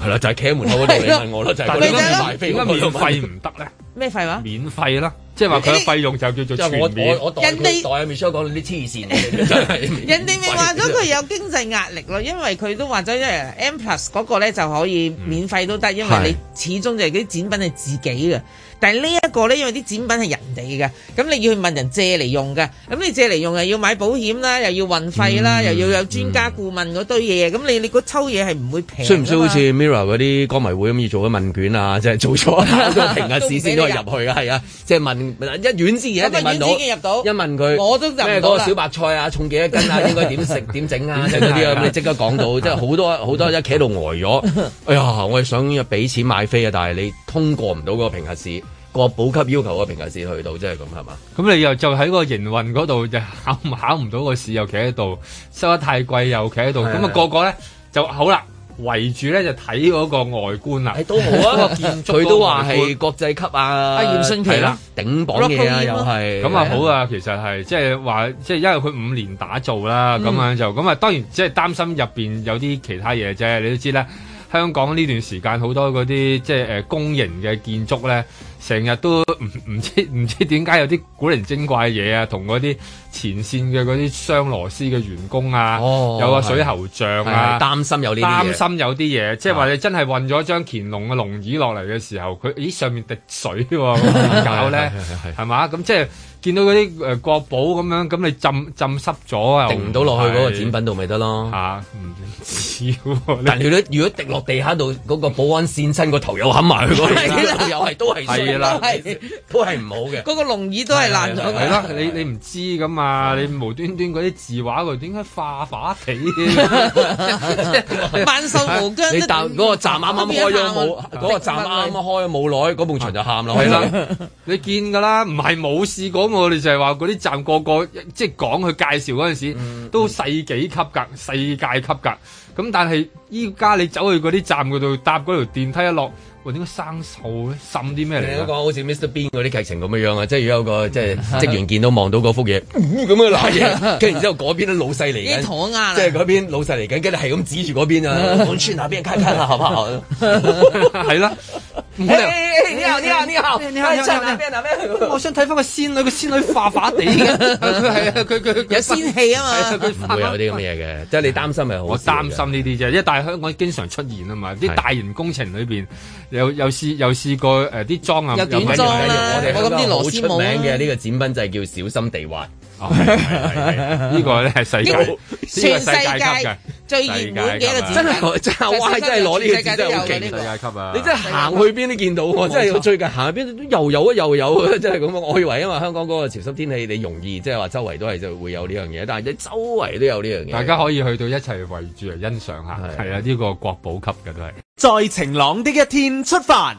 S2: 係啦，就係企喺門口嗰 度，你問我啦，就係
S3: 但
S2: 嗰
S3: 係
S2: 啲
S3: 點
S7: 咪就
S3: 解點解免
S2: 賣飛嗰
S7: 係咯
S2: 度
S3: 費唔得咧？
S7: 咩廢話？
S3: 免費啦，即係話佢嘅費用就叫做
S2: 即係
S3: 全免
S2: 我我。我代
S7: 人哋
S2: 佢代阿 Michelle 講你啲黐線嘅，真係
S7: 人哋咪話咗佢有經濟壓力咯，因為佢都話咗，因為 M Plus 嗰個咧就可以免費都得，因為
S2: 係
S7: 你始終就係啲展品係自己嘅。但係呢一個呢，因為啲展品係人哋嘅，咁你要去問人借嚟用嘅，咁你借嚟用又要買保險啦，又要運費
S2: 嗯
S7: 啦，又要有專家顧問嗰堆嘢，咁你你嗰抽嘢係唔會平
S2: 需
S7: 㗎嘛。
S2: 唔需要好似 Mirror 嗰啲歌迷會咁要做個問卷啊？ 即係做咗都停下試先可以入去啊？係啊，即係問一院之前一定問到，
S7: 咁啊遠之已入到，
S2: 一問佢
S7: 我都入唔到啦
S2: 咩嗰個小白菜啊，重幾多斤啊？應該點食點整啊？即係嗰啲啊，咁你即刻講到，即係好多好多一企喺度呆咗。哎呀，我係想俾錢買飛啊，但係你通過唔到嗰個評核試，個補級要求個評核試去到，即係咁係嘛？
S3: 咁你又就喺個營運嗰度就考唔考唔到個試，又企喺度收得太貴，又企喺度，咁
S2: 係
S3: 啊個個咧就好啦，圍住咧就睇嗰個外觀啦，
S2: 都好啊
S3: 個建，築
S2: 佢都話係國際級啊，阿
S3: 嚴迅奇
S2: 係啦，頂榜嘢啊，又係
S3: 咁啊好啊，其實係即係話，即係因為佢五年打造啦，咁樣
S2: 嗯
S3: 就咁啊，當然即係擔心入邊有啲其他嘢啫，你都知啦。香港呢段時間好多嗰啲即係誒公營嘅建築咧，成日都唔唔知 唔知點解有啲古靈精怪嘢啊，同嗰啲前線嘅嗰啲雙螺絲嘅員工啊，
S2: 哦
S3: 有個水喉像啊，
S2: 係係擔心有呢啲嘢啊
S3: 擔心有啲嘢，即係話你真係運咗張乾隆嘅龍椅落嚟嘅時候，佢咦上面滴水喎、咁點搞咧？
S2: 係係係
S3: 係嘛？咁即係見到嗰啲誒國寶咁樣，咁你浸浸濕咗啊，
S2: 定唔到落去嗰個展品度咪得咯
S3: 嚇，唔似喎。
S2: 但如果如果滴落地下度，嗰個保安跣親個頭又冚埋佢嗰 度，又係都係衰
S3: 係啦
S2: 都係都係唔好嘅。
S7: 嗰個龍椅都係爛咗
S3: 係
S7: 嘅。
S3: 啦，你你唔知噶嘛？你無端端嗰啲字畫佢點解化化地？萬
S7: 壽無疆
S2: 你搭嗰個站啱啱開咗冇，
S7: 啊
S2: 嗰個站啱啱開咗冇耐，嗰埲牆就喊啦。
S3: 係啦， 你見㗎啦，唔係冇試過，我哋就係話嗰啲站個個即係講佢介紹嗰陣時，
S7: 嗯
S3: 都世紀級㗎，世界級㗎。咁但係依家你走去嗰啲站嗰度搭嗰條電梯一落，喂點解生鏽咧？滲啲咩
S2: 你
S3: 嚟
S2: 都
S3: 㗎？
S2: 講好似 Mr Bean 嗰啲劇情咁樣樣啊，即係如果有 個即係職員見到望到嗰幅嘢，咁樣攋 嘢，跟住然之後嗰邊啲老細嚟緊，
S7: 啲糖啊
S2: 即係嗰邊老細嚟緊，跟住係咁指住嗰邊啊，往村那邊看看啦，好不好？啊
S3: 係啦，
S2: 哎你好，你好，你好，
S8: 你
S7: 哎
S8: 好你好
S2: 站那邊那邊。
S3: 我想睇翻個仙女，個仙女化化 地嘅，係啊，佢佢有
S7: 仙氣啊嘛
S2: 唔會有啲咁嘅嘢嘅，即係你擔心係好。
S3: 我擔心呢啲啫，因為但係香港經常出現啊嘛，啲
S2: 係
S3: 大型工程裏邊有有試有試過誒啲裝啊，
S7: 有短裝啦
S2: 我哋
S7: 我諗啲螺絲帽
S2: 好
S7: 啦
S2: 出名嘅呢個展品就係叫小心地滑。
S3: 哦呢個咧係世界，呢個係世界
S7: 全世
S3: 級
S7: 界
S3: 嘅。
S7: 最熱門嘅一個 展
S2: 真係真係哇！真係攞呢個字真係好勁，
S3: 世界級啊！
S2: 你真係行去邊都見到喎，真係最近行去邊都又有啊又有啊， 真係咁啊！我以為因為香港嗰個潮濕天氣，你容易即係話周圍都係就會有呢樣嘢，但係你周圍都有呢樣嘢。
S3: 大家可以去到一齊圍住嚟欣賞下，係啊，呢個國寶級嘅都係。
S5: 在晴朗的一天出發。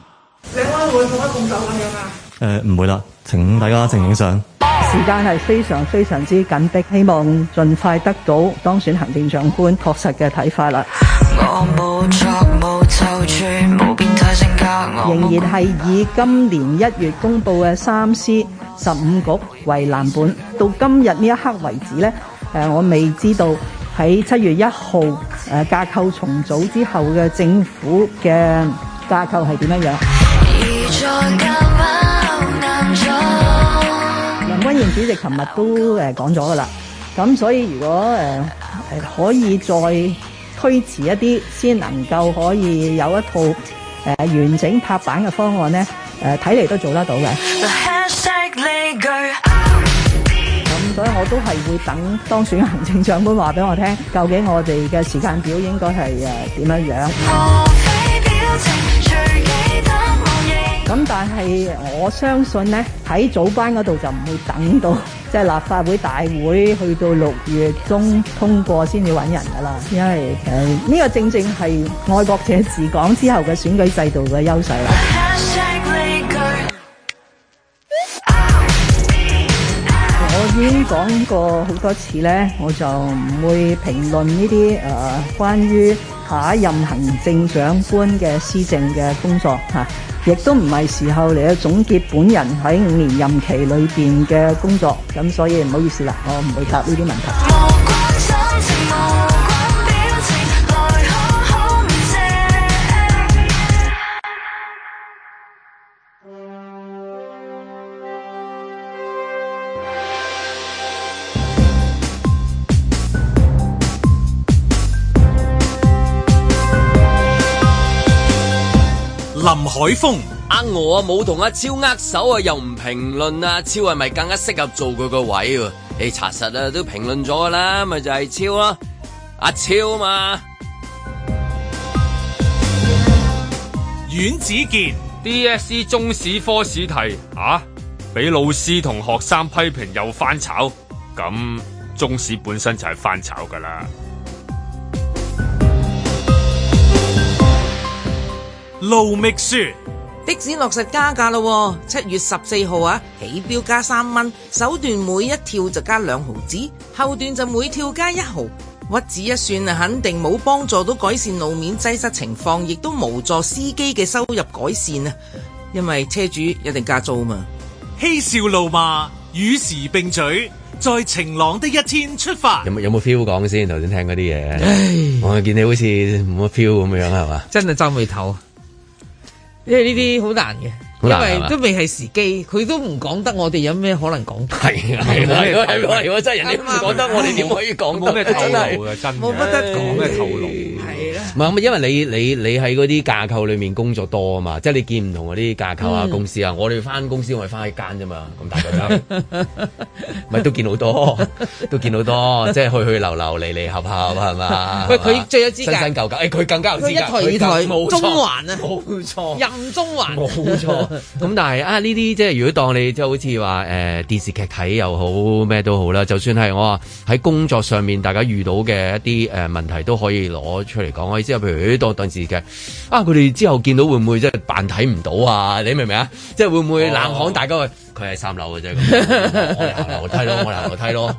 S12: 你安會冇得咁走咁樣啊？
S13: 誒唔會啦，請大家靜影相。
S9: 時間係非常非常之緊迫，希望盡快得到當選行政長官確實嘅睇法啦。
S14: 我冇作冇臭串，冇變態性格，
S8: 哦
S14: 我
S9: 仍
S14: 冇
S9: 然係以今年一月公布嘅三司十五局為藍本，到今日呢一刻為止呢，誒我未知道喺七月一號誒架構重組之後嘅政府嘅架構係點樣樣。
S14: 而在教包難咗。
S9: 梁君彥主席琴日都誒講咗噶啦，咁所以如果誒、呃係可以再推遲一啲，先能夠可以有一套誒、呃完整拍板嘅方案咧，誒睇嚟都做得到嘅。
S14: The hashtag 呢句，
S9: 咁所以我都係會等當選行政長官話俾我聽，究竟我哋嘅時間表應該係呃誒點樣樣。
S14: 無非表情，最記得我認。
S9: 咁但係我相信呢，喺早班嗰度就唔會等到即係立法會大會去到六月中通過先至揾人㗎啦，因為誒呢、個正正係愛國者治港之後嘅選舉制度嘅優勢啦。
S14: hashtag 呢句，
S9: 我已經講過好多次呢，我就唔會評論呢啲誒關於下一任行政長官嘅施政嘅工作嚇、啊亦都唔係時候嚟去總結本人喺五年任期裏邊嘅工作，咁所以唔好意思啦，我唔會答呢啲問題。
S14: 關心情無關表情，來好好面謝。
S1: 林海峰、
S2: 呃我啊，冇同阿超握手啊，又唔評論啊，超係咪更加適合做佢個位喎？你查實啊，都評論咗㗎啦，咪就係超咯，阿超啊嘛。
S3: 阮子健 DSE E 中史科試題啊，俾老師同學生批評又翻炒，咁中史本身就係翻炒噶啦。
S1: 路觅雪，
S4: 的士落實加價咯，七月十四號啊，起標加三蚊，首段每一跳就加兩毫子，後段就每跳加一毫。屈指一算啊，肯定冇幫助到改善路面擠塞情況，亦都無助司機嘅收入改善啊，因為車主一定加租啊嘛。
S1: 嬉笑怒罵，與時並舉，在晴朗的一天出發。
S2: 有冇有冇 feel 講先？頭先聽嗰啲
S7: 嗯
S2: 嘢，我見你好似冇乜 feel 咁樣啊係嘛？
S7: 真係皺眉頭，因為呢啲好啊難嘅。
S2: 好
S7: 因
S2: 難係
S7: 為
S2: 嘛
S7: 都未係時機，佢都唔講得，我哋有咩可能講得？
S2: 係啊係啊係啊係啊如果真係人哋都唔講得我哋點可以講得
S3: 冇咩透
S2: 真係
S3: 露嘅，真
S7: 冇乜得
S3: 講咩透露？
S2: 唔係咁，因為你你你喺嗰啲架構裏面工作多啊嘛，即係你見唔同嗰啲架構啊、
S7: 嗯
S2: 公司啊，我哋翻公司我哋翻一間啫嘛，咁大個間， 咪都見好多，都見好多，即係去去流流離離合合係嘛？
S7: 喂佢最有資格
S2: 新新舊舊，誒佢更加有資格，
S7: 佢一台二台
S2: 佢更冇錯
S7: 中環啊，
S2: 冇錯，
S7: 任中環，
S2: 冇錯。咁但係啊，呢啲即係如果當你即係好似話誒電視劇睇又好咩都好啦，就算係我話喺工作上面大家遇到嘅一啲誒、呃、問題都可以攞出嚟講。我意思係譬如當當電視劇啊，佢哋之後見到會唔會即係扮睇唔到啊？你明唔明啊？即係會唔會冷巷大家話佢係三樓嘅啫，咁我係行樓梯咯，我係行樓梯咯。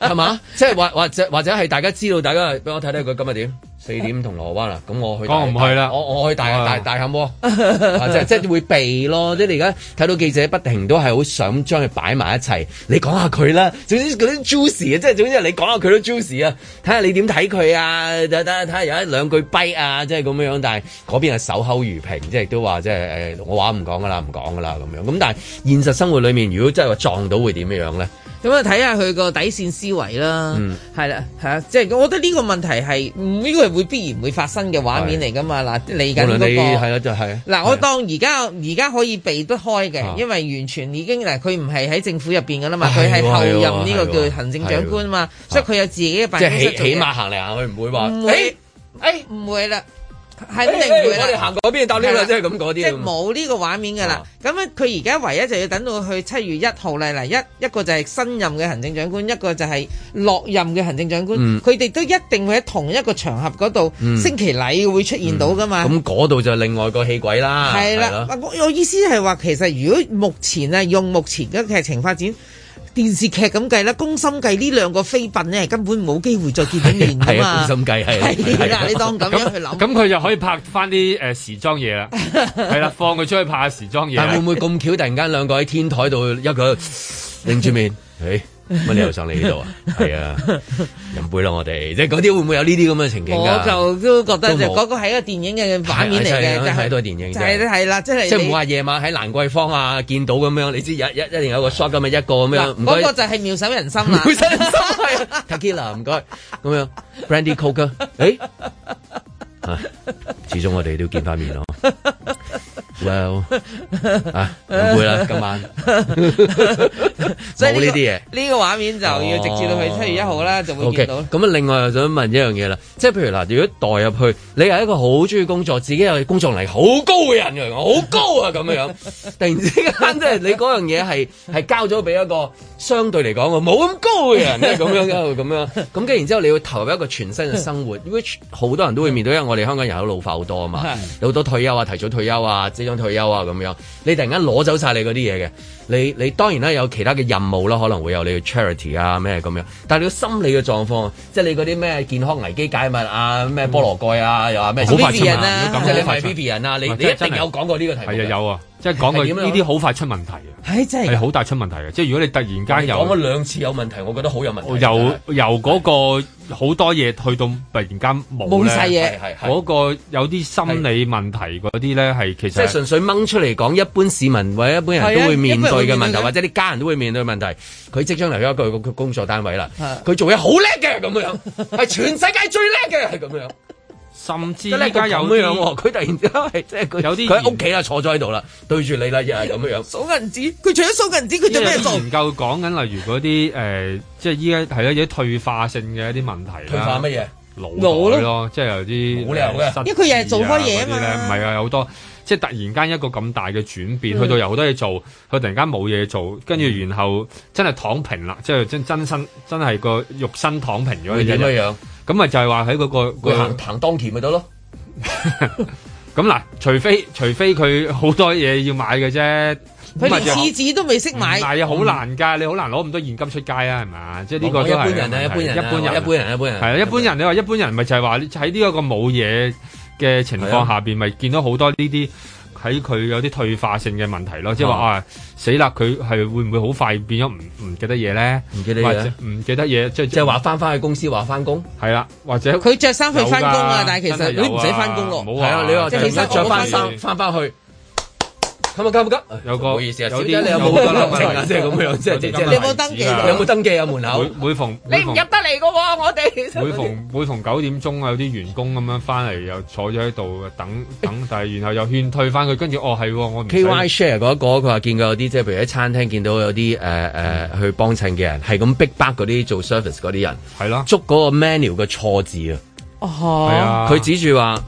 S2: 係嘛？即係或或者或者係大家知道，大家俾我睇睇佢今日點？四點銅鑼灣啦，咁我去大。
S3: 我唔去啦
S2: 我我去大
S3: 我
S2: 大大冚窩， 啊即係即係會避咯。即係你而家睇到記者不停都係好想將佢擺埋一齊。你講下佢啦，總之嗰啲 juicy 啊，即係總之你講下佢都 juicy 啊。睇下你點睇佢啊？睇睇睇下有一兩句跛啊，即係咁樣樣。但係嗰邊係守口如瓶，即係亦都話即係誒，我話唔講噶啦，唔講噶啦咁樣。咁但係現實生活裡面，如果真係話撞到會點樣咧？
S7: 咁啊，睇下佢個底線思維啦
S2: 嗯，
S7: 係啦、係啊，即係我覺得呢個問題係唔呢個係會必然會發生嘅畫面嚟噶嘛，嗱嚟緊
S2: 嗯無
S7: 嗰
S2: 論你係
S7: 個。
S2: 啦，就係
S7: 嗱，我當而家而家可以避得開
S2: 啊
S7: 嘅，因為完全已經嗱，佢唔係喺政府入邊噶啦嘛，
S2: 啊
S7: 佢
S2: 係
S7: 係
S2: 喎
S7: 後
S2: 係喎
S7: 任呢
S2: 係喎啊
S7: 個叫行政長官嘛，所以佢有自己嘅辦
S2: 即
S7: 公
S2: 係
S7: 室
S2: 起
S7: 做嘢
S2: 起碼行嚟行去，唔會話
S7: 唔
S2: 誒
S7: 會，誒唔會啦，肯定唔會
S2: 誒誒
S7: 啦。
S2: 我哋行嗰邊搭呢個
S7: 係啦啊
S2: 即係咁嗰啲
S7: 即係冇呢個畫面㗎啦。咁咧，佢而家唯一就要等到去七月一號啦。嗱，一一個就係新任嘅行政長官，一個就係落任嘅行政長官，
S2: 嗯
S7: 佢哋都一定會喺同一個場合嗰度
S2: 嗯
S7: 星期禮會出現到㗎嘛。
S2: 咁嗰度就另外個氣鬼啦，
S7: 啊係 啦，我我意思係話，其實如果目前啊，用目前嘅劇情發展。電視劇咁計啦，《宮心計》呢兩個妃嬪咧，根本冇機會再見到面㗎
S2: 係
S7: 嘛。
S2: 啊，心計係啊
S7: 係啦，
S2: 係啊
S7: 你當咁樣去諗。
S3: 咁佢就可以拍翻啲誒時裝嘢啦，係啦，放佢出去拍下時裝嘢啦。
S2: 但會唔會咁巧突然間兩個喺天台度一 個擰住面，誒乜你又上嚟呢度啊？係啊，飲杯啦我哋，即係嗰啲會唔會有呢啲咁嘅情景㗎？
S7: 我就都覺得
S2: 啊都
S7: 就
S2: 冇
S7: 嗰個係一個電影嘅畫面嚟嘅，就
S2: 睇
S7: 係
S2: 到電影
S7: 就係
S2: 啫。
S7: 係啦，即係
S2: 即係啊
S7: 你
S2: 唔好話夜晚喺蘭桂坊啊見到咁樣，你知一一一定有個 shot 咁啊一個咁樣，
S7: 嗱
S2: 唔
S7: 嗰個
S2: 該
S7: 就係妙手仁 心啦，啊
S2: 妙手仁心係 tequila 唔該咁樣 brandy coke 啊
S7: 哎
S2: 誒，啊始終我哋都要見翻面咯。Well 啊飲杯啦今晚，
S7: 所以
S2: 冇呢啲嘢。
S7: 呢個畫面就要直至到去七月一號啦，就會
S2: O K，
S7: 見到。
S2: 咁啊，另外又想問一樣嘢啦，即係譬如嗱，如果代入去，你係一個好中意工作，自己有工作能力好高嘅人嚟講，好高啊咁樣樣，突然之間即係你嗰樣嘢係係交咗俾一個相對嚟講冇咁高嘅人咧，咁樣咁樣，咁跟住然之後你要投入一個全新嘅生活，which 好多人都會面對，因為我哋香港人口老化好多啊嘛
S7: 係，
S2: 有好多退休啊、提早退休啊、即將退休啊咁樣，你突然間攞走晒你嗰啲嘢嘅，你你當然啦有其他嘅任務啦，可能會有你嘅 charity 啊咩咁樣，但係你個心理嘅狀況，即係你嗰啲咩健康危機解密啊、咩菠蘿蓋啊，又話咩
S3: 好快出
S2: Vivian
S3: 問
S2: 啊
S3: 咁
S2: 即係你
S3: 好快
S2: 咪
S3: 出
S2: Vivian 啊，你
S3: 唔係
S2: 你
S3: 真係
S2: 一定有講過呢個題目
S3: 係啊，
S2: 㗎。
S3: 有啊，即係講
S2: 係
S3: 佢
S2: 點樣
S3: 呢啲好快出問題啊，
S7: 係
S2: 哎
S7: 真
S3: 係好大出問題嘅。即係如果你突然間
S2: 講咗
S3: 由
S2: 兩次有問題，我覺得好有問題。啊
S3: 由由嗰個好多嘢去到突然間冇
S2: 冇
S3: 呢
S2: 晒嘢係係係
S3: 嗰個有啲心理問題嗰啲咧係其
S2: 即係
S3: 實
S2: 純粹掹出嚟講，一般市民或者一般人
S3: 係啊
S2: 都會面對
S3: 一般
S2: 嘅
S3: 人會
S2: 問
S3: 面
S2: 題，
S3: 對
S2: 或者你家人都會面對嘅問題。佢即將嚟咗一個個工作單位啦
S3: 係，
S2: 佢做嘢好叻嘅咁樣，係全世界最叻嘅係咁樣。
S3: 甚至
S2: 真係
S3: 依家有
S2: 咁樣喎
S3: 啲
S2: 佢突然之間係即係佢
S3: 有啲啊
S2: 佢喺屋企啊坐咗喺度啦，對住你啦，又係咁樣樣。
S7: 數銀紙，佢除咗數銀紙，佢做咩
S3: 有啲
S7: 做？
S3: 研究講緊，例如嗰啲誒，即係依家係有啲退化性嘅一啲問題啦。
S2: 退化乜嘢？
S3: 腦袋咯，即係有啲呃
S2: 冇理由嘅
S3: 誒
S7: 因為佢又係做開嘢啊嘛
S3: 嗰啲咧唔係啊，有好多即係突然間一個咁大嘅轉變，
S7: 嗯
S3: 去到有好多嘢做，佢突然間冇嘢做，跟住然後真係躺平啦，即係真真身真係個肉身躺平咗。
S2: 會點啊樣樣？
S3: 咁咪就係話喺嗰個
S2: 佢
S3: 個
S2: 行行當田咪得咯。
S3: 咁嗱，除非除非佢好多嘢要買嘅啫，咁
S7: 佢連
S3: 咪就
S7: 廁紙都未識買，
S3: 但係好難㗎，你好難攞咁多現金出街啊，係嘛？即係呢個都
S2: 我
S3: 係
S2: 一般人啊一般人啊
S3: 一般人，
S2: 我一般人一般人
S3: 係啊，一般人你話一般人咪就係話喺呢一個冇嘢嘅情況下邊，咪見到好多呢啲。喺佢有啲退化性嘅問題咯，即係話
S2: 啊
S3: 啊死啦！佢係會唔會好快變咗唔唔記得嘢咧？
S2: 唔記得嘢
S3: 或者唔記得嘢，即係即係
S2: 話翻翻去公司話翻工，
S3: 係啦，或 者
S7: 佢着衫去返工
S3: 有
S7: 啊
S3: 㗎
S7: 但係其實
S3: 真係有
S7: 你唔使返工咯
S3: 冇
S2: 係啊，你話
S7: 即係
S2: 突然
S7: 其實
S2: 間着
S7: 我
S2: 翻
S7: 返
S2: 衫翻翻去，咁啊急唔急？
S3: 有個
S2: 唔好意思啊，小
S3: 有
S2: 姐
S3: 啲
S2: 你
S3: 有
S2: 有
S3: 好多
S2: 冇
S3: 啦
S2: 證啊？即係咁樣，即係即係即係
S7: 有冇登記㗎
S2: 有冇登記啊？門口
S3: 每每逢每逢
S7: 嚟噶喎，我哋
S3: 每逢每逢九點鐘啊，有啲員工咁樣翻嚟又坐咗喺度等等，但係然後又勸退翻佢，跟住哦係喎，我唔
S2: K Y
S3: 使
S2: share 嗰一個，佢話見過有啲即係譬如喺餐廳見到有啲誒誒去幫襯嘅人，係咁逼迫嗰啲做 service 嗰啲人，
S3: 係咯，
S2: 捉嗰個 menu 嘅錯字啊！
S7: 哦
S3: 係啊
S2: 佢指住話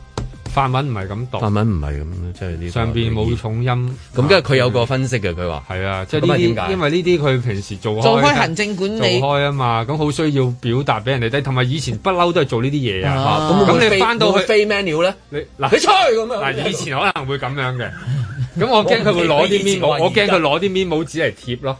S3: 法文唔係咁讀，
S2: 法文唔係咁，即係呢個
S3: 上邊冇重音。啊
S2: 咁跟住佢有個分析嘅，佢話
S3: 係啊，即係
S2: 咁
S3: 呢
S2: 啊點
S3: 啲，
S2: 解
S3: 因為呢啲佢平時做開
S7: 做開行政管理
S3: 做開啊嘛，咁好需要表達俾人哋睇，同埋以前不嬲都係做呢啲嘢啊
S2: 啊。咁會唔會
S3: 咁你
S2: 飛
S3: 翻到
S2: 會唔
S3: 去
S2: 會飛 menu 咧？
S3: 你嗱，
S2: 你出去咁樣
S3: 嗱，以前可能會咁樣嘅。咁我驚佢會攞啲面
S2: 我唔
S3: 冇，
S2: 知
S3: 我驚佢攞啲面冇紙嚟貼咯，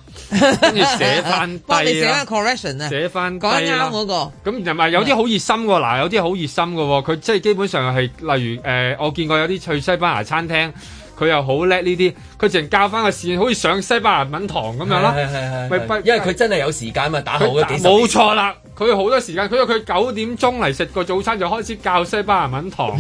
S3: 跟住寫 翻
S7: 幫你
S3: 低
S7: 寫
S3: 啦
S7: 翻。correction 啊，
S3: 寫翻低
S7: 講得啱
S3: 啦
S7: 嗰個。
S3: 咁同埋有啲好熱心喎，嗱有啲好熱心嘅喎，佢即係基本上係例如誒、呃我見過有啲去西班牙餐廳，佢又好叻呢啲，佢淨教翻個線，好似上西班牙文堂咁樣啦。啊咪不
S2: 因為佢真係有時間嘛，打後嗰幾十年
S3: 冇錯啦，佢好多時間，佢因為佢九點鐘嚟食個早餐就開始教西班牙文 堂，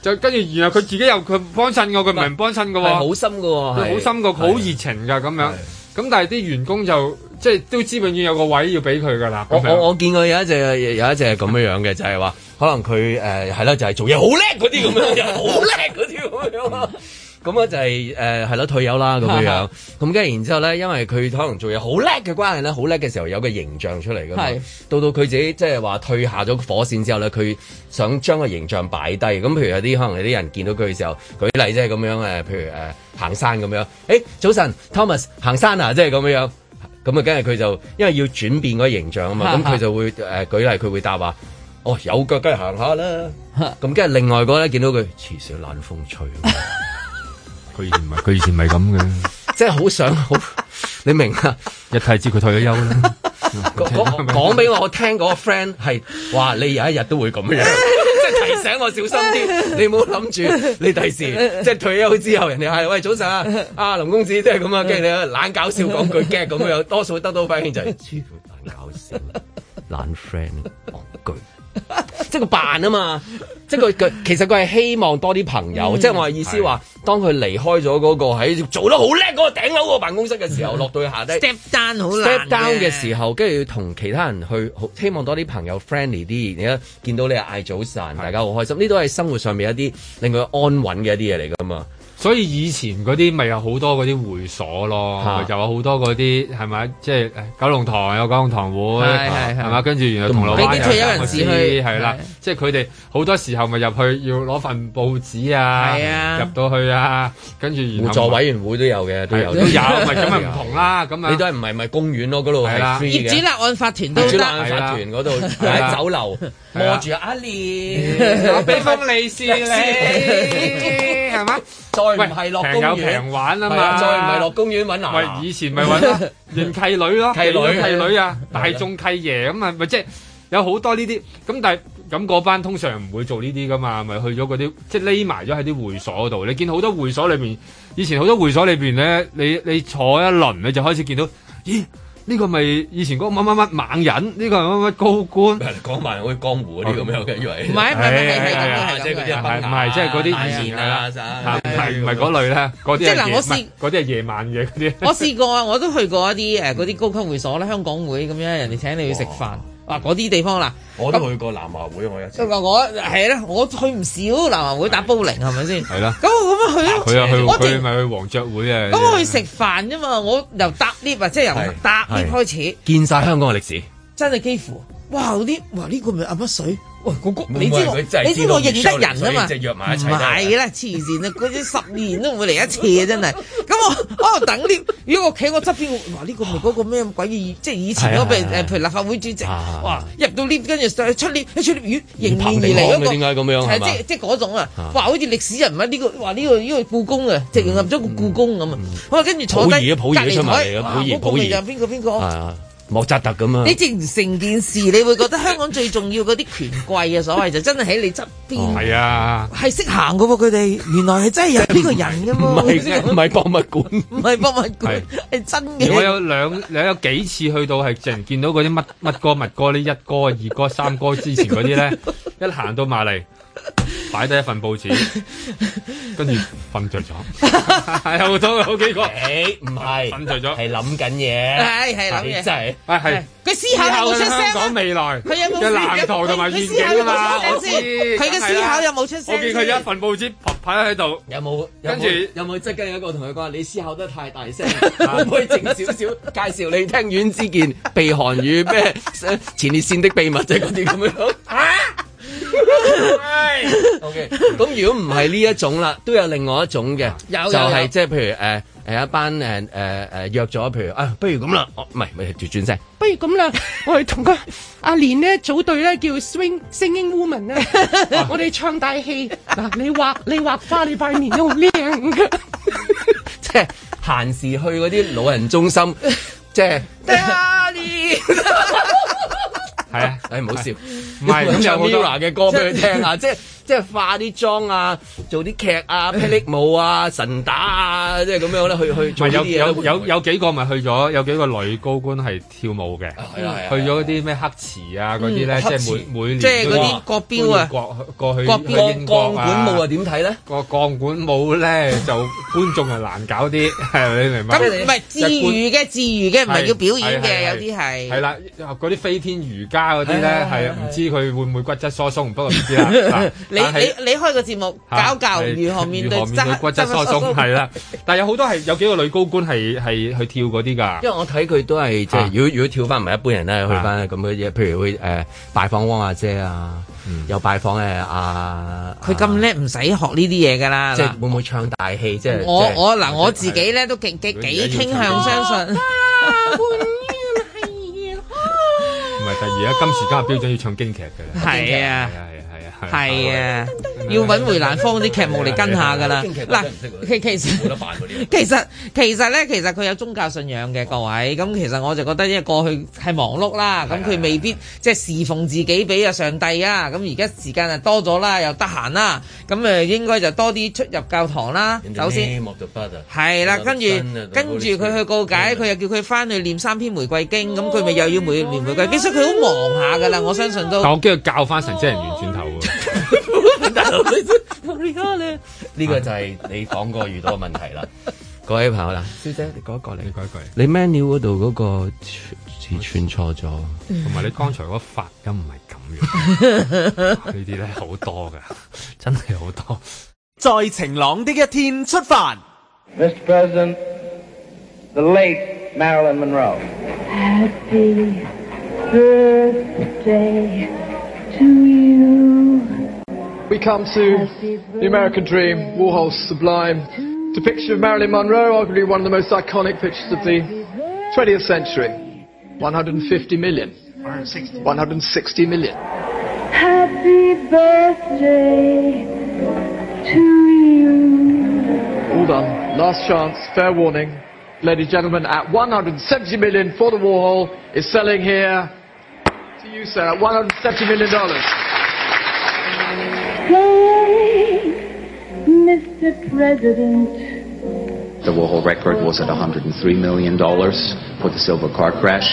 S3: 就跟住然後佢自己又佢幫襯我，佢唔係唔幫襯嘅喎，
S2: 係好深嘅喎，
S3: 佢
S2: 係
S3: 好深個，好熱情㗎咁樣。咁但係啲員工就即係都知永遠有個位要俾佢㗎啦。
S2: 我
S3: 咁樣
S2: 我我見過有一隻有一隻係咁樣樣嘅，就係話可能佢誒係啦，就係做嘢好叻嗰啲咁樣，又好叻嗰啲咁樣啊。咁啊就係誒係啦退休啦咁樣樣，咁跟住然之後咧，因為佢可能做嘢好叻嘅關係咧，好叻嘅時候有個形象出嚟噶嘛
S7: 係。
S2: 到到佢自己即係話退下咗火線之後咧，佢想將個形象擺低。咁譬如有啲可能有啲人見到佢嘅時候，舉例即係咁樣誒，譬如誒行山咁樣，誒、早晨 Thomas 行山啊，即係咁樣樣。咁啊，跟住佢就因為要轉變嗰個形象啊嘛，咁佢就會誒、舉例，佢會答話：哦，有腳梗係行下啦。咁跟住另外嗰個咧見到佢，黐線冷風吹，
S3: 佢以前唔係，佢以前唔係咁嘅。
S2: 即係好想好，你明啊？
S3: 一睇知佢退咗休 啦。
S2: 講 講 講俾我聽嗰個 friend 係話你有一日都會咁樣，即係提醒我小心啲，你唔好諗住你第時即係退休之後，人哋係喂早晨啊，啊林公子即係咁啊，跟住你懶搞笑講句 get 咁樣，多數得到反應就係、黐佢懶搞笑，懶 friend 戇居。即係佢扮啊嘛，即係佢佢其實佢係希望多啲朋友，
S7: 嗯
S2: 即係我係意思話，當佢離開咗嗰個喺做得好叻嗰個頂樓嗰個辦公室嘅時候，落到去下低
S7: step down 好難
S2: step down 嘅時候，跟住要同其他人去，好希望多啲朋友 friendly 啲。而家見到你嗌早晨，大家好開心，呢都係生活上面一啲令佢安穩嘅一啲嘢嚟噶嘛。
S3: 所以以前嗰啲咪有好多嗰啲會所咯，
S2: 嚇
S3: 又有好多嗰啲係咪？即係誒九龍塘有九龍塘會，
S2: 係係係
S3: 係嘛？跟住原來銅鑼
S7: 俾
S3: 灣
S7: 啲退休人士去
S3: 有係啦
S7: 係，
S3: 即係佢哋好多時候咪入去要攞份報紙啊，
S7: 係啊
S3: 入到去啊，跟住然
S2: 互
S3: 後
S2: 助委員會都有嘅，都
S3: 嗯係
S2: 有
S3: 都 有，啊咪咁咪唔同啦，咁啊
S2: 你都係唔係咪公園咯？嗰度係
S3: 係啦
S2: free
S7: 業
S2: 嘅
S7: 主。立案法團都
S2: 業主立
S7: 得，
S2: 案法團嗰度
S3: 係啦
S2: 喺酒樓
S3: 係啊啦
S2: 摸住阿蓮，
S3: 我俾封利是你， 係嘛？
S2: 再唔
S3: 喂
S2: 係落公
S3: 平有
S2: 園，
S3: 平玩啊
S2: 係
S3: 嘛，
S2: 啊再唔係落公園揾
S3: 喂
S2: 嗱，
S3: 以前咪揾 咯，認契女咯，
S2: 契女
S3: 契女啊，
S2: 係啊
S3: 大眾契爺咁啊，咪即係有好多呢啲。咁但係咁嗰班通常唔會做呢啲噶嘛，咪去咗嗰啲即係匿埋咗喺啲會所度。你見好多會所裏面，以前好多會所裏面咧，你你坐一輪你就開始見到，咦？呢個咪以前嗰個乜乜乜猛人，呢個乜乜高 官，
S2: 講埋好似江湖嗰啲咁樣嘅，以為
S7: 唔係唔係唔係係咁啊 係
S2: 即係嗰啲
S7: 咁
S2: 啊
S7: 啊。
S3: 係唔係即係嗰啲以前係啦，係啊唔係唔係嗰類啦，嗰啲
S7: 即係嗱
S3: 係夜
S7: 我
S3: 晚
S7: 試
S3: 嗰啲係夜晚 嘅嗰啲。
S7: 我試過啊，我都去過一啲誒嗰啲高級會所啦，香港會咁樣，人哋請你去食飯。嗱嗰啲地方啦，
S2: 我都去過南華會，我有一次。
S7: 咁我係啦，我去唔少南華會打煲齡係咪先？
S3: 係啦
S7: 咁我咁樣去咯
S3: 佢又去
S7: 我
S3: 佢
S7: 哋
S3: 咪去黃雀會啊？
S7: 咁我去食飯啫嘛，我由搭 lift 啊，即係由搭 lift 開始，
S2: 見晒香港嘅歷史。
S7: 真係幾乎，哇！嗰啲哇呢個咪噏乜水？喂，嗰個
S2: 唔
S7: 你知
S2: 係
S7: 我
S2: 佢真係
S7: 你知
S2: 知道
S7: 我認得人啊嘛，
S2: 所以就約埋一齊
S7: 唔係啦，黐線啦，嗰啲十年都唔會嚟一次啊，真係。咁我我等 lift，如果我企我側邊，哇！呢個咪嗰個咩鬼嘢？即係以前嗰個
S2: 係啊係啊
S7: 誒，譬如立法會主席，哇！入到 lift 跟住上出 lift，一出 lift，咦迎面而
S2: 彭定
S7: 嚟
S2: 康
S7: 嗰個，
S2: 嘅點解咁樣係嘛
S7: 係即即嗰種啊
S2: 啊！
S7: 哇，好似歷史人物呢個，哇！呢個呢個故宮啊，直入咗個故宮咁啊！哇，跟住坐
S2: 溥儀
S7: 低
S2: 啊嗯溥儀
S7: 隔離
S2: 出埋嚟
S7: 台，
S2: 啊
S7: 哇
S2: 溥儀
S7: 嗰個
S2: 溥
S7: 咪
S2: 儀
S7: 就係邊個哦邊
S2: 係
S7: 個？
S2: 啊，莫扎特咁啊
S7: 你。直唔成件事，你會覺得香港最重要嗰啲權貴啊，所謂就真係喺你側邊，
S3: 係啊，
S7: 係識行噶喎，佢哋原來係真係有呢個人噶
S2: 唔
S7: 喎，
S2: 係唔係博物館，
S7: 唔係博物
S3: 係
S7: 館，係真
S3: 而我有
S7: 嘅。
S3: 兩兩有幾次去到係淨見到嗰啲乜乜哥乜哥呢一哥二哥三哥之前嗰啲 咧，一行到埋嚟擺低一份 報紙，跟住瞓着咗， 係好多好幾個，
S2: 誒唔係
S3: 瞓着咗，
S2: 係諗緊嘢
S7: 係係諗嘢
S2: 真係
S3: 啊係
S7: 佢思考有冇出聲
S3: 香
S7: 啊
S3: 港未來
S7: 佢有冇
S3: 嘅藍圖同埋願景啊嘛，
S7: 佢思考有冇
S3: 我
S7: 出
S3: 知
S7: 聲先佢嘅思考有冇出聲先
S3: 我見佢有一份報紙擺喺度，
S2: 有冇
S3: 跟住
S2: 有冇即係跟一個同佢講，你思考得太大 聲，可唔可以靜少少？介紹你聽阮之健 避寒語咩 前列腺的秘密，即係嗰啲咁樣。OK，咁如果唔係呢一種啦，都有另外一種嘅，
S7: 有有
S2: 就係
S7: 有
S2: 即係譬如誒誒一班誒誒誒約咗，譬如啊，不如咁啦，哦唔係唔係轉轉聲。
S15: 不如咁啦，我哋同佢阿蓮咧組隊咧叫 Swing Singing Woman 咧，我哋唱大戲。嗱，你畫你畫花，你塊面都好靚㗎。
S2: 即係閒時去嗰啲老人中 心，即係 係啊，誒唔好笑，
S3: 唔係咁
S2: 唱
S3: 有好多
S2: Mira 嘅歌俾佢聽啊，即係即係化啲妝啊，做啲劇 啊，霹靂舞啊，神打啊，即係咁樣咧，去去
S3: 唔係
S2: 做呢
S3: 有
S2: 啲嘢啦
S3: 有有有幾個咪去咗，有幾個女高官係跳舞嘅，
S2: 係啊係啊
S3: 去咗啲咩黑池啊嗰啲咧，
S2: 嗯
S3: 即
S2: 黑池
S3: 係每每年
S7: 即係嗰啲
S3: 都
S7: 國
S3: 每
S7: 標啊
S3: 年國過去
S7: 國標
S3: 去英國
S2: 鋼管舞啊點睇咧？
S3: 個鋼管舞咧就觀眾係難搞啲， 係咪你明白？
S7: 咁唔係自娛嘅，自娛嘅，唔係叫表演嘅，有啲係
S3: 係啦，嗰啲飛天瑜伽嗰啲咧，
S7: 係
S3: 係
S7: 啊
S3: 啊唔知佢會唔會骨質疏鬆，不過唔知 啦。嗱
S7: 你
S3: 但係
S7: 你你開個節目
S3: 嚇
S7: 教教
S3: 係
S7: 如何面對
S3: 如何面對骨質疏鬆係啦，但係有好多係有幾個女高官係係去跳嗰啲㗎。
S2: 因為我睇佢都係即係
S3: 啊，
S2: 如果如果跳翻唔係一般人咧，去翻咁嘅嘢，譬如會誒拜訪汪阿姐啊，又拜訪誒阿，
S7: 佢咁叻唔使學呢啲嘢㗎啦。
S2: 即係
S7: 嗱
S2: 會唔會唱大戲？即係
S7: 我
S2: 即係
S7: 我嗱我自己咧都幾幾幾傾向相
S3: 唔
S7: 信。
S3: 係，但係而家今時今日標準要唱京劇嘅啦。
S7: 係啊
S3: 係啊，係啊，
S7: 係啊，要揾梅蘭芳啲劇目嚟跟下㗎啦。
S2: 京劇我
S7: 嗱
S2: 真係唔識喎，
S7: 其其實
S2: 冇 得扮嗰 啲。
S7: 其實其實咧，其實佢有宗教信仰嘅各位，咁其實我就覺得，因為過去係忙碌啦，咁佢未必即係侍奉自己俾啊上帝啊，咁而家時間啊多咗啦，又得閒啦，咁誒應該就多啲出入教堂啦。首先。係啦，跟住跟住佢去告解，佢又叫佢翻去念三篇玫瑰經，咁佢咪又要每念玫瑰經，所以佢好忙下噶啦，我相信都
S3: 但。我驚佢教翻神職人員轉頭喎。
S2: 呢個就係你講過遇到嘅問題啦。啊 各位朋友啦，小姐，你講一個你
S3: 講一句，
S2: 你 menu 嗰度嗰個字串錯咗，
S3: 同埋你剛才嗰個發音唔係咁樣，呢啲咧好多㗎，真係好多。
S5: 在晴朗的一天出發。
S16: Mr. President, the late Marilyn Monroe.
S14: Happy birthday to you.
S17: We come to the American dream, Warhol's sublime depiction of Marilyn Monroe, arguably one of the most iconic pictures of the 20th century. 150 million. 160 million.
S14: Happy birthday to you.
S17: All done. Last chance, fair warning. Ladies and gentlemen, at 170 million for the Warhol, is selling here to you, sir, at 170 million dollars.
S14: Thanks, Mr. President.
S18: The Warhol record was at $103 million for the silver car crash.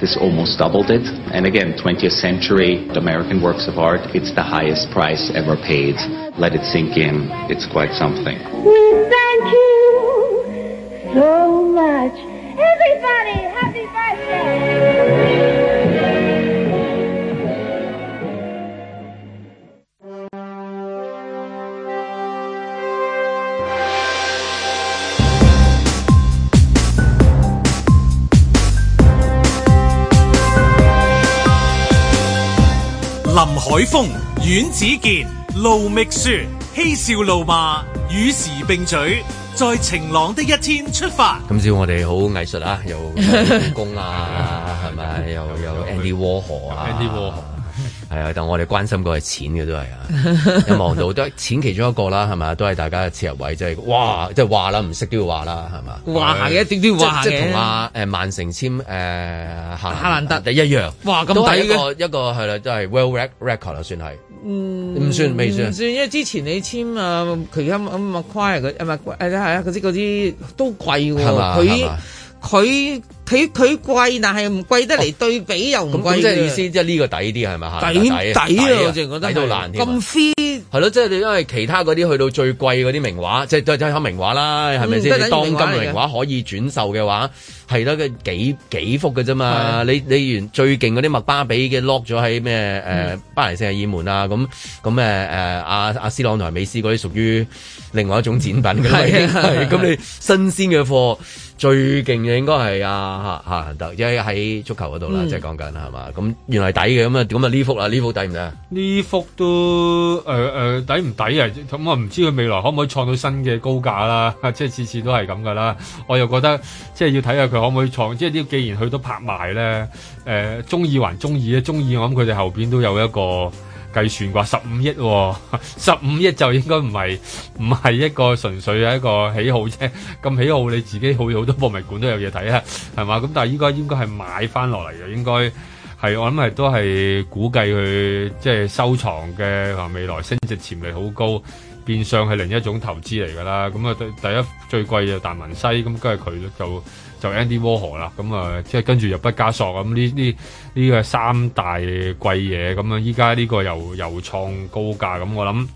S18: This almost doubled it. And again, 20th century American works of art, it's the highest price ever paid. Let it sink in. It's quite something.
S14: We thank you so much. Everybody, happy birthday.
S1: 林海峰、阮子健、路觅雪，嬉笑怒罵，與時並舉，在晴朗的一天出發。
S2: 今朝我哋好藝術啊， 有故宮啊，係咪？又有 Andy Warhol 啊，Andy Warhol 係啊，但我哋關心過係錢嘅都係啊， 一望到都係錢其中一個啦，係啊嘛？都係大家嘅切入位，即係哇，即係話啦，唔識都要話啦，係嘛？
S7: 話下嘅一定啊都要話
S2: 即即
S7: 嘅
S2: 係同阿誒曼城簽誒哈
S7: 哈蘭德
S2: 一樣。
S7: 哇咁
S2: 都係
S7: 抵
S2: 一
S7: 嘅
S2: 個一個係啦，都係 well rec- record 啦，算係。
S7: 嗯
S2: 唔算未算
S7: 唔算，因為之前你簽啊，佢而家咁 m c q u i r 嗰啊唔係誒係啊，嗰啲嗰啲都貴喎，
S2: 係嘛係
S7: 佢
S2: 嘛
S7: 佢佢佢貴，但係唔貴得嚟對比又唔
S2: 咁
S7: 貴
S2: 咁即係
S7: 嘅
S2: 意思，即係呢個抵啲係咪？哈蘭
S7: 抵
S2: 德
S7: 抵啊！我淨係覺得
S2: 抵到爛添啊。
S7: 咁 free
S2: 係咯，即係你因為其他嗰啲去到最貴嗰啲名畫，即係都係睇名畫啦，係咪
S7: 嗯都係
S2: 先？
S7: 等於
S2: 你當今嘅
S7: 名
S2: 名
S7: 畫
S2: 畫可以轉售嘅話，係得嘅幾幾幅嘅啫
S7: 啊
S2: 嘛。你你原最勁嗰啲麥巴比嘅 lock 咗喺
S7: 嗯
S2: 咩誒巴黎聖日耳門啊，咁咁誒誒阿阿斯朗同埋美斯嗰啲屬於另外一種展品㗎 啦，已 經
S7: 係啊
S2: 係咁你新鮮嘅貨。最勁嘅應該係阿夏夏蘭特，因為喺足球嗰度啦，
S3: 嗯
S2: 即係講緊係嘛，咁原來係抵嘅，咁啊咁啊呢幅啦，呢幅抵唔抵啊？
S3: 呢幅都誒誒、呃抵唔抵啊？咁我唔知佢未來可唔可以創到新嘅高價啦，即係次次都係咁噶啦。我又覺得即係要睇下佢可唔可以創，即係呢既然去到拍賣咧，誒中意還中意咧，啊中意我諗佢哋後邊都有一個。計算啩，十五億喎， 十五億就應該唔係唔係一個純粹係一個喜好啫。咁喜好你自己好好多博物館都有嘢睇啊，係嘛？咁但係應該應該係買翻落嚟嘅，應該。係，我諗係都係估計佢即係收藏嘅話未來升值潛力好高，變相係另一種投資嚟㗎啦。咁啊，第第一最貴就達文西，咁跟住佢就就 Andy Warhol 啦。咁啊，即係跟住入畢加索啊咁呢呢呢個三大貴嘢咁樣，啊依家呢個又又創高價，咁我諗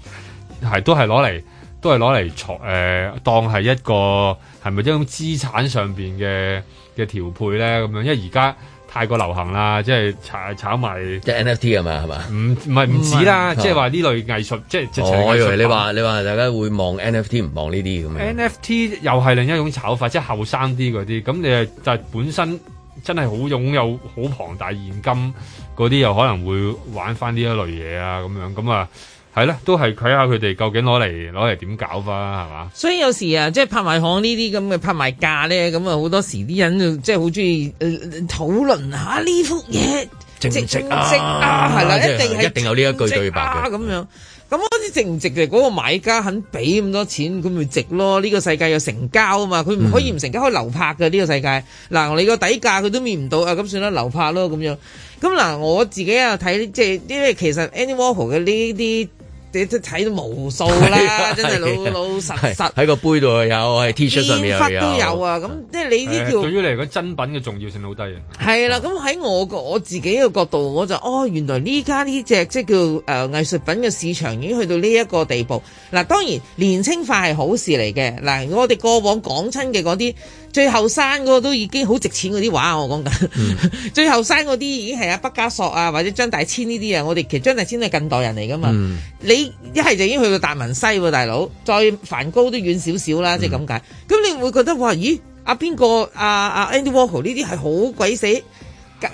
S3: 係都係攞嚟。都係攞嚟藏誒，當係一個係咪一種資產上邊嘅嘅調配咧咁樣？因為而家太過流行啦，即係炒炒埋
S2: 即係 NFT 係啊嘛係嘛？
S3: 唔唔係唔止啦，即係話呢類藝術，即係直情係藝術
S2: 嗯哦
S3: 品。
S2: 我以為你話你話大家會望 NFT 唔望呢啲咁樣。
S3: NFT 又係另一種炒法，即係後生啲嗰啲，咁你係就係本身真係好擁有好龐大現金嗰啲，又可能會玩翻呢一類嘢啊咁樣，咁啊係啦，都係睇下佢哋究竟攞嚟攞嚟點搞法係嘛？
S7: 所以有時啊，即係拍賣行呢啲咁嘅拍賣價咧，咁啊好多時啲人就即係好中意呃討論下呢幅嘢
S2: 值唔值啊
S7: 值啊，係啦，
S2: 即係
S7: 一定係
S2: 一定有呢一句對白嘅
S7: 值啊咁樣。咁嗰啲值唔值嘅嗰個買家肯俾咁多錢，佢咪值咯？呢、個世界有成交啊嘛，佢唔可以唔成交，可以流拍嘅呢、個世界。嗱，你個底價佢都面唔到啊，咁算啦，流拍咯咁樣。咁嗱，我自己啊睇，即係因為其實 Andy Warhol 嘅呢啲，你都睇到無數
S2: 啊
S7: 啦，真係老老實
S2: 係
S7: 實。
S2: 喺個杯度又有，喺 T 恤上面
S7: 忽
S2: 又
S7: 都有。啊，咁即係你
S3: 誒
S7: 呢叫
S3: 對於你嚟講，真品嘅重要性好低啊！
S7: 係啦，咁喺我個我自己嘅角度，我就哦，原來呢家呢只即係叫誒、呃、藝術品嘅市場已經去到呢一個地步。嗱，當然年青化係好事嚟嘅。嗱，我哋過往講親嘅嗰啲最後生嗰個都已經好值錢嗰啲畫，我講緊、 最後生嗰啲已經係啊畢加索啊或者張大千呢啲啊，我哋其實張大千都係近代人嚟噶嘛。
S14: 嗯
S7: 你一係就已經去到達文西喎，大佬，再梵高都遠少少啦，即係咁解。咁你會覺得哇，咦？阿邊個阿阿 Andy Warhol 呢啲係好鬼死，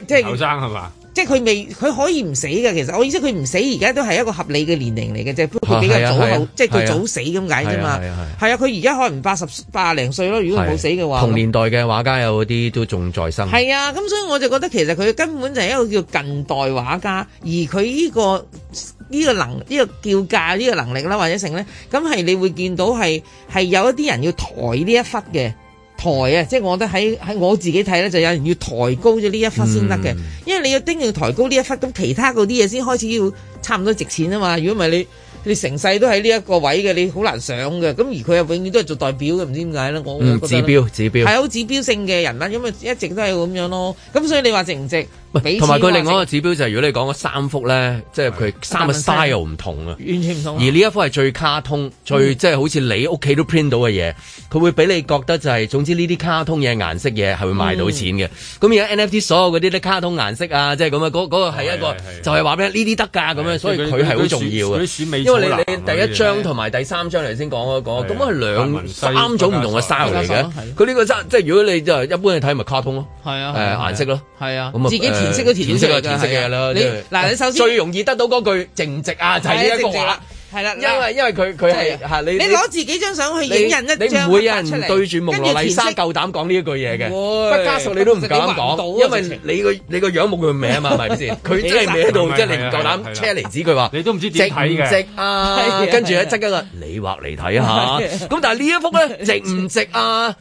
S7: 即
S3: 後
S7: 係
S3: 生係嘛？
S7: 即係佢未佢可以唔死嘅。其實我意思佢唔死，而家都係一個合理嘅年齡嚟嘅啫，不過佢比較
S14: 係啊
S7: 早
S14: 係啊
S7: 後，即係
S2: 係啊
S7: 佢早死咁解啫嘛
S2: 係啊係啊。啊
S7: 係啊，佢而家可能八十八零歲咯，如果佢冇死嘅話。啊
S2: 同年代嘅畫家有啲都仲在生。
S7: 係啊，咁所以我就覺得其實佢根本就係一個叫近代畫家，而佢呢、個呢、個能呢、個叫價呢、個能力啦，或者成咧，咁係你會見到係係有一啲人要抬呢一忽嘅。抬啊！即係我覺得喺喺我自己睇咧，就有人要抬高咗呢一忽先得
S2: 嗯
S7: 嘅，因為你要丁要抬高呢一忽，咁其他嗰啲嘢先開始要差唔多值錢啊嘛。如果唔係你你成世都喺呢一個位嘅，你好難上嘅。咁而佢又永遠都係做代表嘅，唔知點解咧？我我
S2: 嗯
S7: 覺得
S2: 指
S7: 呢
S2: 標指標
S7: 係啊好指標性嘅人啦，因為一直都係咁樣咯。咁所以你話值唔值？俾
S2: 同埋佢另外一個
S7: 個
S2: 指標就係，如果你講嗰三幅咧，即係佢三個 style 唔同啊。
S7: 完全唔同
S2: 而
S7: 啊。
S2: 呢一幅係最卡通，最即係好似你屋企都 print 到嘅嘢，佢會俾你覺得就係總之呢啲卡通嘢顏色嘢係會賣到錢嘅。咁而家 NFT 所有嗰啲啲卡通顏色啊，即係咁啊，嗰嗰個係一個就係話俾你呢啲得㗎咁樣，所以佢係好重要
S3: 佢
S2: 嘅
S3: 選美。
S2: 因
S3: 草
S2: 為
S3: 男啊
S2: 你你第一張同埋第三張頭先講嗰個，咁係啊
S3: 達文
S2: 兩
S3: 西
S2: 三種唔同嘅 style 嚟
S3: 畢加索
S2: 嘅。佢呢個真即係如果你就係一般你睇咪卡通咯。
S7: 係啊
S2: 誒
S7: 係啊
S2: 顏色咯，
S7: 係啊
S2: 咁啊
S7: 自己填色都填
S2: 誒
S7: 到出嚟
S2: 填色嘅
S7: 㗎
S2: 填色嘅啦。
S7: 係啊你
S2: 即係
S7: 嗱你首先
S2: 最容易得到嗰句值唔值啊，就係呢一個話。
S7: 係啦，
S2: 因為因為佢佢係嚇你
S7: 你攞自己張相去影人一
S2: 你
S7: 張
S2: 唔會有人
S7: 出嚟
S2: 對住蒙羅麗莎
S7: 跟住
S2: 夠膽講呢一句嘢嘅，
S7: 唔
S2: 不
S7: 會
S2: 加索你都唔夠膽講，
S7: 你
S2: 因
S7: 畫唔到啊
S2: 為你個你個樣冇佢名啊嘛，係咪先？佢真係歪到，即係你唔夠膽車厘子，佢話你都唔知
S3: 點睇嘅
S2: 值唔值啊
S3: 係啊？
S2: 跟住咧即刻個你畫嚟睇下，咁但係呢一幅咧值唔值啊？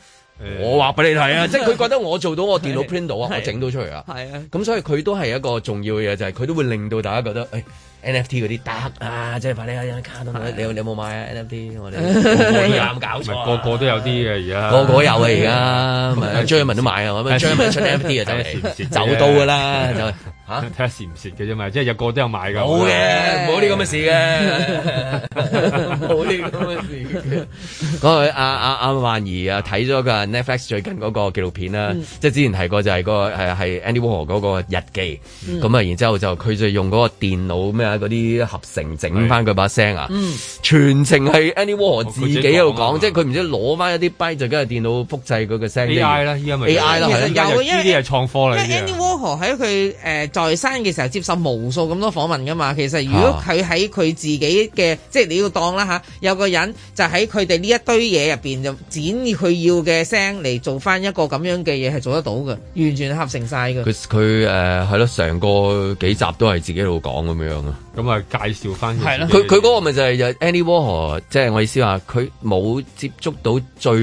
S2: 我畫俾你睇 啊！即係佢覺得我做到我電腦 print 到啊，我整到出嚟啊！
S7: 係啊，
S2: 咁所以佢都係一個重要嘅嘢，就係佢都會令到大家覺得，哎誒 NFT 嗰啲得啊，即係快啲啊！卡通啊你有你有冇買啊 NFT？我哋 我有冇搞錯啊
S3: 個個都有啲嘅而家，
S2: 個個有啊而家咪張文都買啊咁啊張文出 NFT 啊就嚟走到㗎啦就嚇
S3: 睇下蝕唔蝕嘅啫嘛，即係有個都有買㗎。
S2: 冇嘅，冇啲咁嘅事 嘅，冇啲咁嘅事嘅。嗰個阿阿阿萬兒啊，睇咗個 Netflix 最近嗰個紀錄片啦
S7: 嗯，
S2: 即係之前提過就係嗰個係係 Andy Warhol 嗰個日記，
S7: 嗯
S2: 咁啊，然之後就佢就用嗰個電腦咩啊嗰啲合成整翻佢把聲啊
S7: 嗯，
S2: 全程係 Andy Warhol 哦自己喺度
S3: 佢
S2: 講，即啊係佢唔知攞翻一啲跛就跟住電腦複製佢嘅聲
S3: AI 啦依家咪
S2: AI 啦，係啦
S7: 有啊因為
S3: 呢啲係創科嚟
S7: 因為
S3: 嘅
S7: Andy。Warhol 喺佢誒在生嘅時候接受無數咁多訪問噶嘛，其實如果佢喺佢自己嘅，即係你要當啦嚇，有個人就喺佢哋呢一堆嘢入邊就剪佢要嘅聲嚟做翻一個咁樣嘅嘢係做得到嘅，完全合成晒嘅。
S2: 佢佢誒係咯，成個幾集都係自己喺度講咁樣啊。
S3: 咁啊，介紹翻
S2: 係咯，佢佢嗰個咪就係就 Andy Warhol，即係我意思話，佢冇接觸到最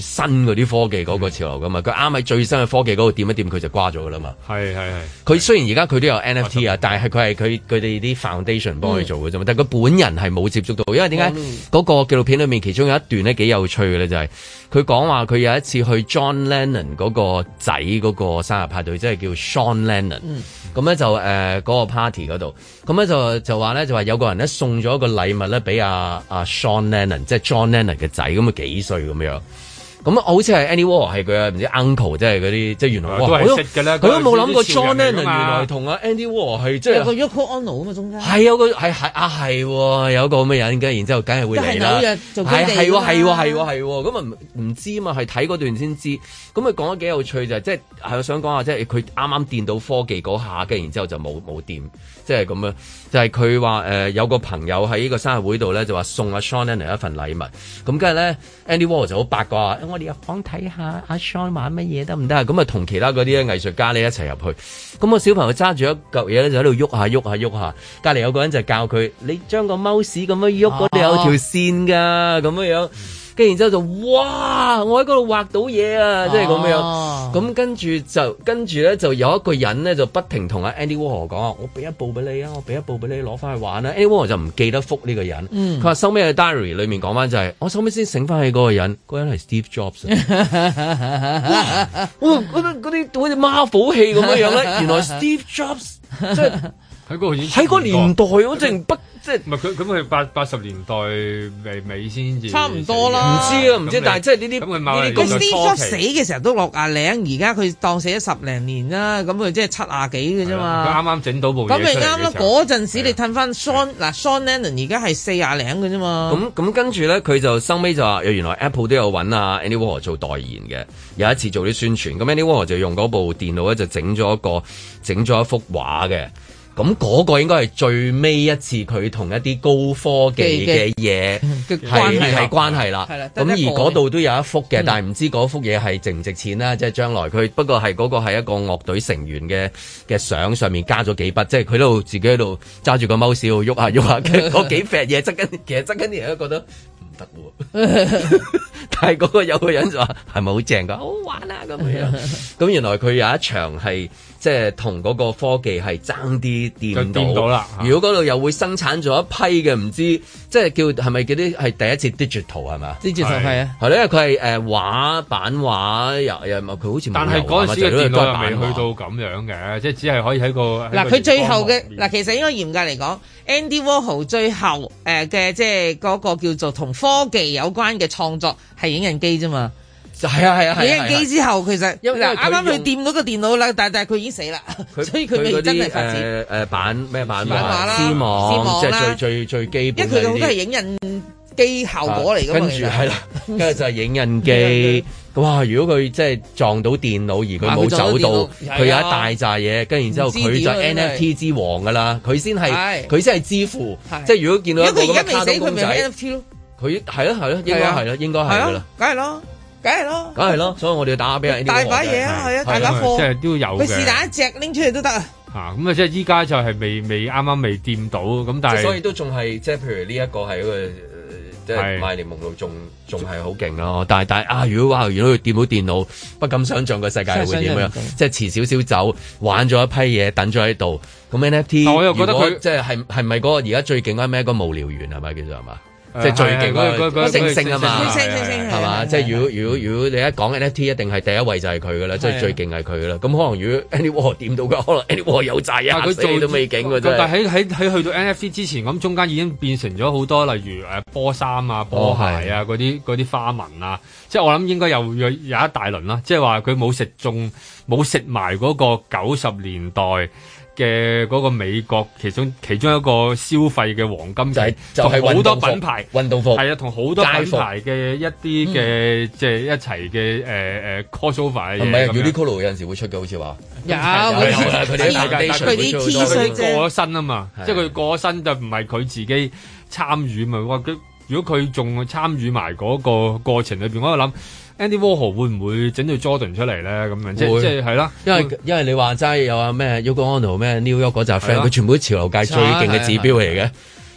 S2: 新嗰啲科技嗰個潮流噶嘛，佢啱喺最新嘅科技嗰度掂一掂佢就瓜咗噶啦嘛。
S3: 係係係。
S2: 佢雖然而家佢都有 NFT 啊，但係佢係佢佢哋啲 foundation 幫佢做嘅啫嘛，但係佢本人係冇接觸到，因為點解嗰個紀錄片裏面其中有一段咧幾有趣嘅咧，就係佢講話佢有一次去 John Lennon 嗰個仔嗰個生日派對，即係叫 Sean Lennon。咁
S3: 嗯
S2: 咧就呃誒嗰、個 party 嗰度，咁咧就就話咧就話有個人咧送咗一個禮物咧俾阿阿 Sean Lennon，即係 John Lennon 嘅仔，咁啊幾歲咁樣。咁啊好似係 Andy Warhol 係佢啊，唔知 uncle 即係嗰啲，即係原來
S3: 啊都
S2: 哇
S3: 係
S2: 我
S3: 識㗎啦
S2: 佢都冇諗過
S3: 佢係潮
S2: John
S3: 人
S2: Lennon
S3: 嚟
S2: 原
S3: 㗎嘛
S2: 來同阿 Andy Warhol 係即
S7: 有個
S2: 係
S7: Yoko Ono 啊嘛，中間
S2: 係有個係係啊係喎，有個咁嘅人，跟然之後梗係會
S7: 都係
S2: 嚟啦
S7: 紐約，做基
S2: 係
S7: 地
S2: 係
S7: 㗎
S2: 喎
S7: 嘛
S2: 係喎係喎係喎，咁啊唔唔知嘛，係睇嗰段先知，咁啊講得幾有趣就係即係係我想講下，即係佢啱啱掂到科技嗰下嘅，然之後就冇冇掂，即係咁樣，就係佢話誒有個朋友喺呢個生日會度咧就話送阿 Sean Lennon 一份禮物，咁跟住咧 Andy Warhol 就好八卦，我哋入房睇下阿 Sean 玩乜嘢得唔得啊？咁啊同其他嗰啲藝術家咧一齊入去，咁個小朋友揸住一嚿嘢咧就喺度喐下喐下喐下，隔離有個人就教佢，你將個 mouse 咁樣喐，嗰度有條線㗎，咁樣樣。跟住然之後就哇！我喺嗰度畫到嘢啊，即係咁樣。
S7: 哦
S2: 咁跟住就跟住咧，就有一個人咧就不停同阿 Andy Warhol 講啊，我俾一部俾你啊，我俾一部俾你攞翻去玩啦。Andy 啊 Warhol 就唔記得覆呢個人。
S7: 嗯
S2: 佢話收尾喺 diary 裏面講翻就係、我收尾先醒翻起嗰個人，嗰個人係 Steve Jobs 啊。哇！嗰啲嗰啲好似 Marvel 戲咁樣樣咧，原來 Steve Jobs 即係
S3: 喺個
S2: 喺個年代，我淨不即係
S3: 唔係佢咁佢八八十年代尾尾先至
S7: 差唔多啦
S3: 死嘅
S7: 唔知
S3: 咁
S7: 啊唔知
S3: 你
S7: 但係即係呢啲
S3: 咁佢某個年代
S7: 佢 Steve
S3: 初
S7: Jobs
S3: 期
S7: 死嘅時候都六啊零，而家佢當死咗十零年啦，咁佢即係七啊幾嘅啫嘛。
S3: 佢啱啱整到部嘢
S7: 咁咪
S3: 出嚟嘅
S7: 啱咯，
S3: 時候啊
S7: 嗰陣時你褪翻 Sean 嗱 Sean Lennon 而家係四廿零嘅啫嘛。
S2: 咁咁跟住咧，佢就收尾就話，哎原來 Apple 都有揾啊 Andy Warhol 做代言嘅，有一次做啲宣傳。咁 Andy Warhol 就用嗰部電腦咧，就整咗一個整咗一幅畫嘅。咁嗰個應該係最尾一次佢同一啲高科技嘅嘢
S7: 嘅關
S2: 係
S7: 係
S2: 係關係啦
S7: 係啦。
S2: 咁
S7: 得
S2: 而
S7: 一個
S2: 嗰度都有一幅嘅
S7: 嗯，
S2: 但係唔知嗰幅嘢係值唔值錢啦。即係將來佢不過係嗰個係一個樂隊成員嘅嘅相上面加咗幾筆，即係佢喺度自己喺度揸住個 mouse 喺度喐下 喐下，跟住嗰幾撇嘢側跟，其實側跟啲人都覺得。得 喎。但係嗰個有個人就話係咪好正㗎？好玩啊咁樣。 咁原來佢有一場係即係同嗰個科技係爭啲掂
S3: 就掂到啦
S2: 如果嗰度又會生產咗一批嘅唔知，即係叫係咪叫啲係第一次 digital 係嘛
S7: digital，係啊
S2: 係咧，佢係呃誒畫版畫又又佢好似冇
S3: 但係
S2: 油
S3: 嗰
S2: 畫
S3: 陣
S2: 嘛
S3: 時
S2: 就
S3: 嘅電
S2: 都係
S3: 腦又未
S2: 版
S3: 去到
S2: 畫
S3: 咁樣嘅，即係只係可以喺個
S7: 嗱，佢最後嘅嗱，其實應該嚴格嚟講，Andy Warhol 最後呃誒嘅、即係嗰個叫做同科技有關嘅創作係影印機啫嘛。
S2: 就係啊係啊係啊
S7: 影印機之後其實
S2: 因為因為
S7: 嗱
S2: 佢
S7: 啱啱佢
S2: 用
S7: 掂到個電腦啦，但但係佢已經死啦， 所以佢未真係發展。
S2: 誒誒版呃咩版
S7: 版畫啦
S2: 絲
S7: 絲
S2: 網，
S7: 網
S2: 即
S7: 啦
S2: 係最最最基
S7: 因
S2: 本
S7: 為
S2: 嘅
S7: 佢
S2: 呢
S7: 好
S2: 啲
S7: 多
S2: 啊
S7: 係影印機效果嚟㗎嘛。
S2: 跟住係啦，跟住就係影印機，哇！如果佢即係撞到電腦而
S7: 啊
S2: 佢冇
S7: 佢撞到
S2: 走到，
S7: 電腦
S2: 佢有一
S7: 係啊
S2: 大扎嘢，跟然之後
S7: 唔知點
S2: 佢就
S7: 啊真係
S2: NFT 之王㗎啦，佢先係
S7: 係
S2: 佢先係之父
S7: 係。
S2: 即係如果見到一
S7: 如
S2: 個咁
S7: 果佢而家
S2: 嘅卡
S7: 未
S2: 通
S7: 死，
S2: 公
S7: 佢咪有
S2: 仔，
S7: NFT 咯，
S2: 佢係啊咯係咯，應該係咯，應該係
S7: 係啊
S2: 㗎
S7: 咯
S2: 啦，
S7: 梗係咯，梗係咯，
S2: 梗係咯。所以我哋要打俾人。
S7: 大把嘢啊，係啊，大把貨，
S3: 即係都有嘅
S7: 佢是但一隻拎出嚟都得啊。
S3: 啊，咁啊，即係依家就係未未啱啱未掂到，咁但
S2: 所以
S3: 係
S2: 都仲係即係譬如呢一個係一個呃即係
S3: 係
S2: 賣檸夢露仲仲係好勁咯，但係但係啊，如果話如果佢掂到電腦，不敢想象個世界會點樣，即係遲少少走，玩咗一批嘢，等咗喺度，咁 NFT
S3: 但我又覺得
S2: 如果
S3: 佢
S2: 即係係係咪嗰個而家最勁嗰咩一個無聊猿係咪叫做係嘛？
S3: 誒
S2: 即係最勁
S3: 呃係係嗰
S2: 嗰
S3: 個
S2: 個星星啊嘛，
S3: 星星星星
S2: 係嘛？
S3: 係係啊
S2: 即係如果如果如果你一講 NFT，一定係第一位就係佢噶啦，即
S3: 係
S2: 係
S3: 啊
S2: 最勁係佢噶啦。咁可能如果 Andy Wall 掂到佢，可能 Andy Wall 有債
S3: 但
S2: 啊，
S3: 佢
S2: 嚇死你
S3: 做
S2: 都未勁㗎真
S3: 但係
S2: 係。
S3: 喺喺喺去到 NFT 之前，咁中間已經變成咗好多，例如誒波衫啊、波
S2: 哦
S3: 鞋啊嗰啲嗰啲花紋啊，即係我諗應該有有有一大輪啦，即係話佢冇食中冇食埋嗰個九十年代。嘅嗰個美國其中其中一個消費嘅黃金期
S2: 就係就係
S3: 同好
S2: 運
S3: 多
S2: 動服
S3: 品牌
S2: 運動服
S3: 係啊，同好多
S2: 街
S3: 品
S2: 服
S3: 牌嘅一啲嘅即係一齊嘅誒誒 crossover 嘅嘢咁
S2: 唔係啊
S3: 樣啊
S2: Uniqlo 有陣時會出嘅，好似話啊
S7: 有
S2: 佢哋 foundation 會做好多
S3: 佢過咗身啊嘛
S2: 係，
S3: 即係佢過咗身就唔係佢自己參與嘛。哇！佢如果佢仲參與埋嗰個過程裏邊，我喺度諗 Andy Warhol 會唔會整到 Jordan 出嚟咧？咁樣即係
S2: 會
S3: 即係係啦，
S2: 因為因為你話齋有啊咩 Yoko Ono 咩 New York 嗰扎
S3: 係
S2: friend，
S3: 啊
S2: 佢全部都潮流界最勁嘅指標嚟嘅，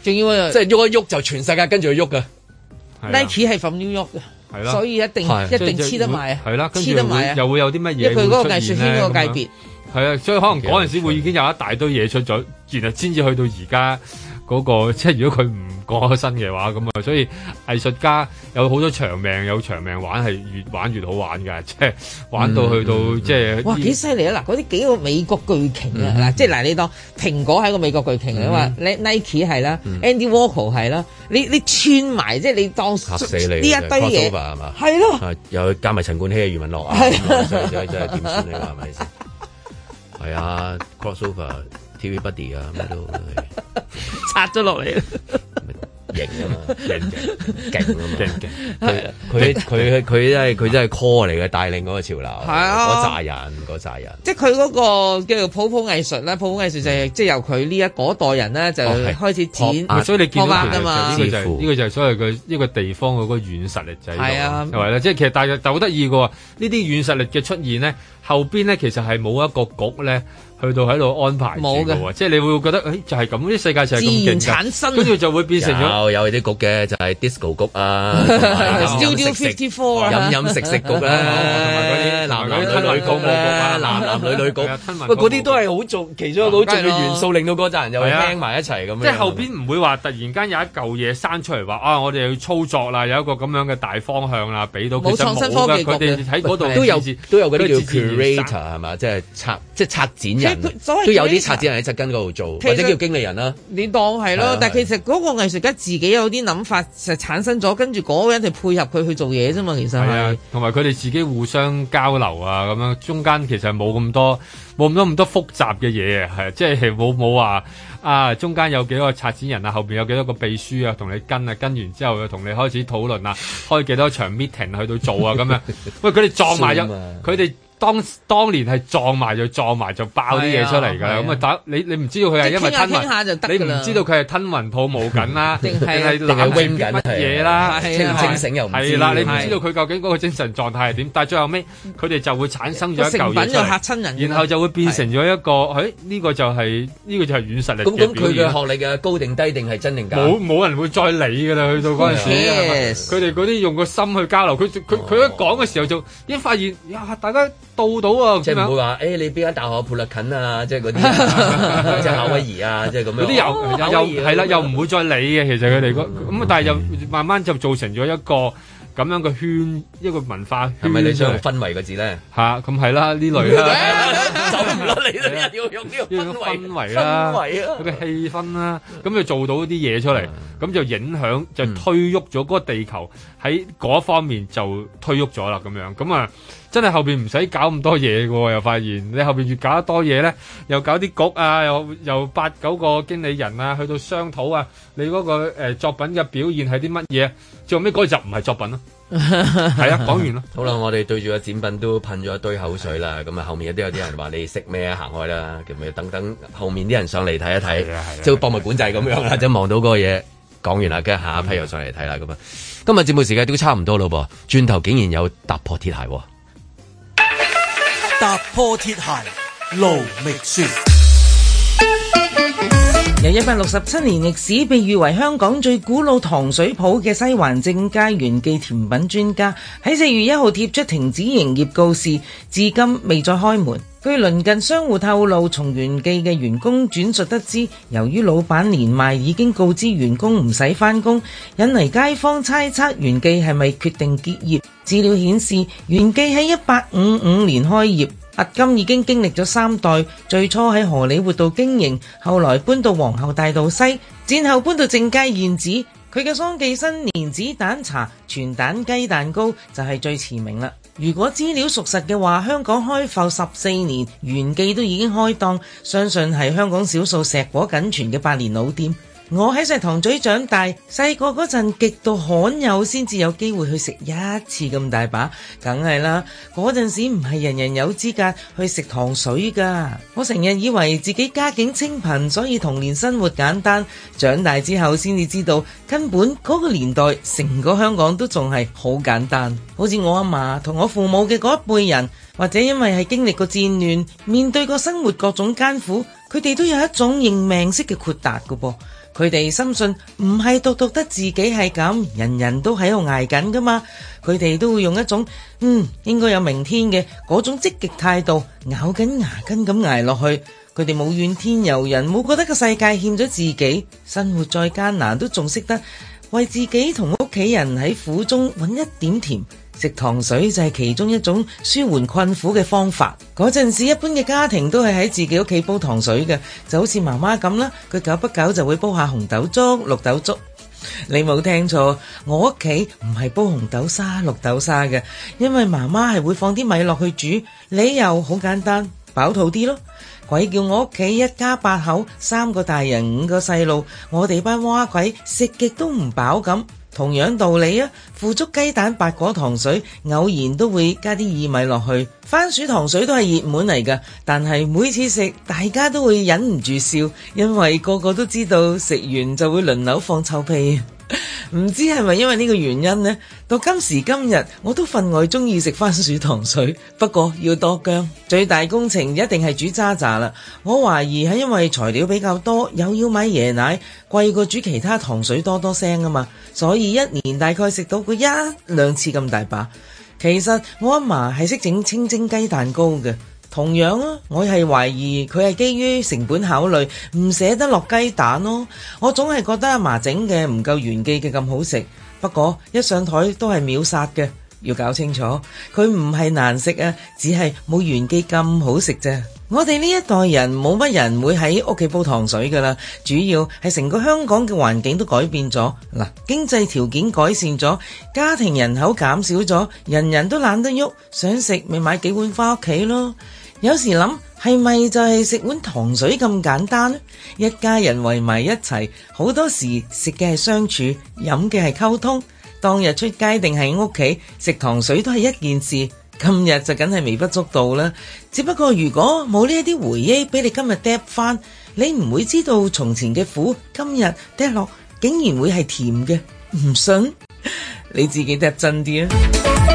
S7: 仲要
S2: 即係喐一喐就全世界跟住佢喐嘅。
S7: Nike 係 from New York
S3: 係
S7: 嘅，
S3: 啦
S7: 所以一定
S3: 係
S7: 一定黐得埋啊，
S3: 係啦，跟住
S7: 黐得埋
S3: 會
S7: 啊，
S3: 又會有啲乜嘢？
S7: 因為佢嗰個藝術圈嗰個界別。
S3: 係啊，所以可能嗰陣時會已經有一大堆嘢出咗，然後先至去到而家嗰個，即係如果佢唔過身嘅話，咁啊，所以藝術家有好多長命，有長命玩係越玩越好玩㗎，即係玩到去到、
S7: 嗯
S3: 即係
S7: 哇幾犀利啊！嗱，嗰啲幾個美國巨鯨啊，
S3: 嗯
S7: 嗱，即係嗱，你當蘋果係一個美國巨鯨你話
S3: 嗯
S7: Nike 係啦
S2: 嗯
S7: ，Andy Warhol 係啦，你你串埋即係你當
S2: 嚇死你！
S7: 呢
S3: 啊
S7: 一堆嘢
S2: crossover 係嘛？
S7: 係咯，
S2: 啊，又加埋陳冠希、余文樂啊，
S7: 係
S2: 咁啊真係真係真係點算你話係咪先？係啊，crossover TV Buddy 啊，咩都
S7: 拆咗落嚟。
S2: 型啊嘛，型勁勁啊嘛，勁勁。
S7: 係啊
S2: 佢佢佢真係佢真係 call 嚟嘅，帶領嗰個潮流，係
S7: 啊
S2: 嗰扎人嗰扎人。
S7: 即係佢嗰個叫做普普藝術啦，普普藝術就係即係由佢呢一嗰代人咧就
S3: 嗯哦係
S7: 開始
S3: 咪
S7: 展，
S3: 所以你見到
S7: 啊
S3: 佢
S7: 嘛
S3: 呢，個就係呢個就係所謂佢呢個地方嗰個軟實力就係
S7: 係啊
S3: 係咪咧？即係其實但係但好得意嘅喎，呢啲軟實力嘅出現咧，後邊咧其實係冇一個局咧。去到喺度安排住
S7: 冇
S3: 嘅
S7: 嘅
S3: 喎，即係你會覺得，誒、就係咁，呢世界就係咁
S7: 自然
S3: 勁
S7: 產生
S3: 跟住就會變成咗
S2: 有有啲局嘅就係 disco 局啊，Studio
S7: Studio 54啊
S2: 飲飲食食局啦，男男女女局啦，男男女女局，喂嗰啲都係好重，其中一個好重要元素，令到嗰扎人又
S3: 係啊
S2: 聽埋一齊咁樣。
S3: 即係後邊唔會話突然間有一嚿嘢生出嚟話啊，我哋要操作啦，有一個咁樣嘅大方向啦，俾到
S2: 冇
S3: 其實
S2: 創新
S3: 冇
S2: 科技
S3: 㗎佢哋喺嗰度
S2: 都有
S3: 自自
S2: 都有嗰啲叫
S3: 佢自自然
S2: curator
S3: 生
S2: 係嘛，即係策即係策展人
S7: 即係佢所謂，
S2: 都有啲
S7: curator
S2: 策展人喺側根嗰度做，
S7: 其
S2: 或
S7: 實
S2: 者叫經理人啦。
S7: 你當係
S2: 係啊
S7: 咯，但係其實嗰個藝術家自己有啲諗法就產生咗，跟住嗰個人就配合佢去做嘢啫嘛，其實
S3: 係啊
S7: 係。，
S3: 同埋佢哋自己互相交流啊，咁樣中間其實冇咁多冇咁多咁多複雜嘅嘢，係即係冇冇話啊，中間有幾多個策展人啊，後邊有幾多個秘書啊，同你跟啊，跟完之後又同你開始討 論啊，開幾多場 meeting 去到做啊，咁樣。喂，佢哋撞埋入，
S2: Zoom 啊
S3: 佢哋。當當年係撞埋就撞埋就爆啲嘢出嚟㗎
S2: 係啊
S3: 啦，咁啊打你你唔知道佢係因為
S7: 即係傾下
S3: 吞
S7: 傾下就
S3: 雲，
S7: 得
S3: 你
S7: 㗎啦
S3: 唔知道佢係吞雲吐霧緊啦，
S7: 定係
S3: 係
S7: 定
S2: 係
S3: 攬住
S2: wing 緊
S3: 啲乜嘢啦，
S2: 係啊清唔清醒又唔知
S3: 係啦，你唔知
S2: 係
S3: 道佢究竟嗰個精神狀態係點，但係最後尾佢哋就會產生咗一
S7: 個
S3: 嚿
S7: 成
S3: 嘢
S7: 品
S3: 出
S7: 又
S3: 嚟
S7: 嚇親人㗎啦，
S3: 然後就會變成咗一個，誒呢個就係呢個就係軟實力
S2: 咁咁佢
S3: 嘅
S2: 嘅學歷嘅高定低定係真定假？
S3: 表現，冇冇人會再理㗎啦，去到嗰陣時
S2: Oh, Yes，
S3: 佢
S2: Oh。
S3: 哋嗰啲用個心去交流，佢佢佢一講嘅時候就已經發現，呀大家到到啊，
S2: 即
S3: 咁
S2: 係唔會
S3: 樣
S2: 話，誒你邊間大學普勒近 啊， 即係嗰啲，即係夏威夷啊，即係咁樣。
S3: 嗰啲
S2: 哦夏
S3: 又
S2: 威夷
S3: 又
S2: 啊
S3: 係啦，又唔會再理嘅。其實佢哋嗰咁，但係又慢慢就造成咗一個咁樣嘅圈，一個文化圈
S2: 係咪你想用
S3: 出嚟
S2: 氛圍個 字咧？
S3: 嚇？咁係啦，呢類啦。
S2: 走唔甩你
S3: 啊
S2: 啦，要用呢個氛
S3: 氛圍
S2: 圍
S3: 啦，
S2: 氛圍啊
S3: 佢！嘅氣氛啦，咁就做到啲嘢出嚟，咁就影響就推喐咗嗰個地球喺嗰方面就推喐咗啦，咁樣咁啊，真係後邊唔使搞咁多嘢嘅喎，又發現你後邊越搞得多嘢咧，又搞啲局啊，又又八九個經理人啊，去到商討啊，你嗰、個、呃、作品嘅表現係啲乜嘢，最後尾嗰個就唔係作品咯，係啊講完啦。
S2: 好啦，我哋對住個展品都噴咗一堆口水啦。咁啊，後面都有啲人話你識咩啊，行開啦。咁樣等等，後面啲人上嚟睇一
S3: 啊
S2: 睇，即係博物館就係咁樣啦，即係望到嗰個嘢。講完啦，跟住下一批又上嚟睇啦，咁啊，今日節目時間都差唔多咯噃，轉頭竟然有踏破鐵鞋喎，
S7: 踏破鐵鞋路未雪。由一百六十七年歷史，被譽為香港最古老糖水鋪嘅西環正佳園記甜品專家，喺四月一號貼出停止營業告示，至今未再開門。據鄰近商戶透露，從園記嘅員工轉述得知，由於老闆年邁已經告知員工唔使返工，引嚟街坊猜測園記係咪決定結業。資料顯示，園記喺一八五五年開業。迄今已經經歷咗三代，最初喺荷里活道經營，後來搬到皇后大道西，戰後搬到正佳現址。佢嘅桑記新蓮子蛋茶、全蛋雞蛋糕就係最馳名啦。如果資料屬實嘅話，香港開埠十四年，原記都已經開檔，相信係香港少數碩果僅存嘅百年老店。我喺石塘咀長大，細個嗰陣極度罕有先至有機會去食一次咁大把，梗係啦。嗰陣時唔係人人有資格去食糖水㗎。我成日以為自己家境清貧，所以童年生活簡單。長大之後先至知道，根本嗰個年代成個香港都仲係好簡單。好似我阿嫲同我父母嘅嗰一輩人，或者因為係經歷過戰亂，面對過生活各種艱苦，佢哋都有一種認命式嘅豁達㗎噃。佢哋深信唔係獨獨得自己係咁，人人都喺度捱緊噶嘛。佢哋都會用一種嗯應該有明天嘅嗰種積極態度，咬緊牙根咁捱落去。佢哋冇怨天尤人，冇覺得個世界欠咗自己，生活再艱難都仲識得為自己同屋企人喺苦中揾一點甜。食糖水就係其中一種舒緩困苦嘅方法。嗰陣時，一般嘅家庭都係喺自己屋企煲糖水嘅，就好似媽媽咁啦，佢久不久就會煲下紅豆粥、綠豆粥。你冇聽錯，我屋企唔係煲紅豆沙、綠豆沙嘅，因為媽媽係會放啲米落去煮，理由好簡單，飽肚啲咯。鬼叫我屋企一家八口，三個大人五個細路，我哋班蛙鬼食極都唔飽咁。同樣道理啊，腐竹雞蛋白果糖水偶然都會加啲薏米落去，番薯糖水都係熱門嚟㗎。但係每次食，大家都會忍唔住笑，因為個個都知道食完就會輪流放臭屁。唔知係咪因為呢個原因呢？到今時今日，我都分外中意食番薯糖水，不過要多薑。最大工程一定係煮渣渣啦。我懷疑係因為材料比較多，又要買椰奶，貴過煮其他糖水多多聲啊嘛，所以一年大概食到佢一兩次咁大把。其實我阿嫲係識整清蒸雞蛋糕嘅。同樣啊，我係懷疑佢係基於成本考慮，唔捨得落雞蛋咯。我總係覺得阿嫲整嘅唔夠原記嘅咁好食，不過一上台都係秒殺嘅。要搞清楚，佢唔係難食啊，只係冇原記咁好食啫。我哋呢一代人冇乜人會喺屋企煲糖水㗎啦，主要係成個香港嘅環境都改變咗，嗱經濟條件改善咗，家庭人口減少咗，人人都懶得喐，想食咪買幾碗返屋企咯。有時諗係咪就係食碗糖水咁簡單呢？一家人圍埋一齊，好多時食嘅係相處，飲嘅係溝通。當日出街定係屋企食糖水都係一件事。今日就梗係微不足道啦。只不過如果冇呢一啲回憶俾你今日嗒翻，你唔會知道從前嘅苦，今日嗒落竟然會係甜嘅。唔信你自己嗒真啲啊！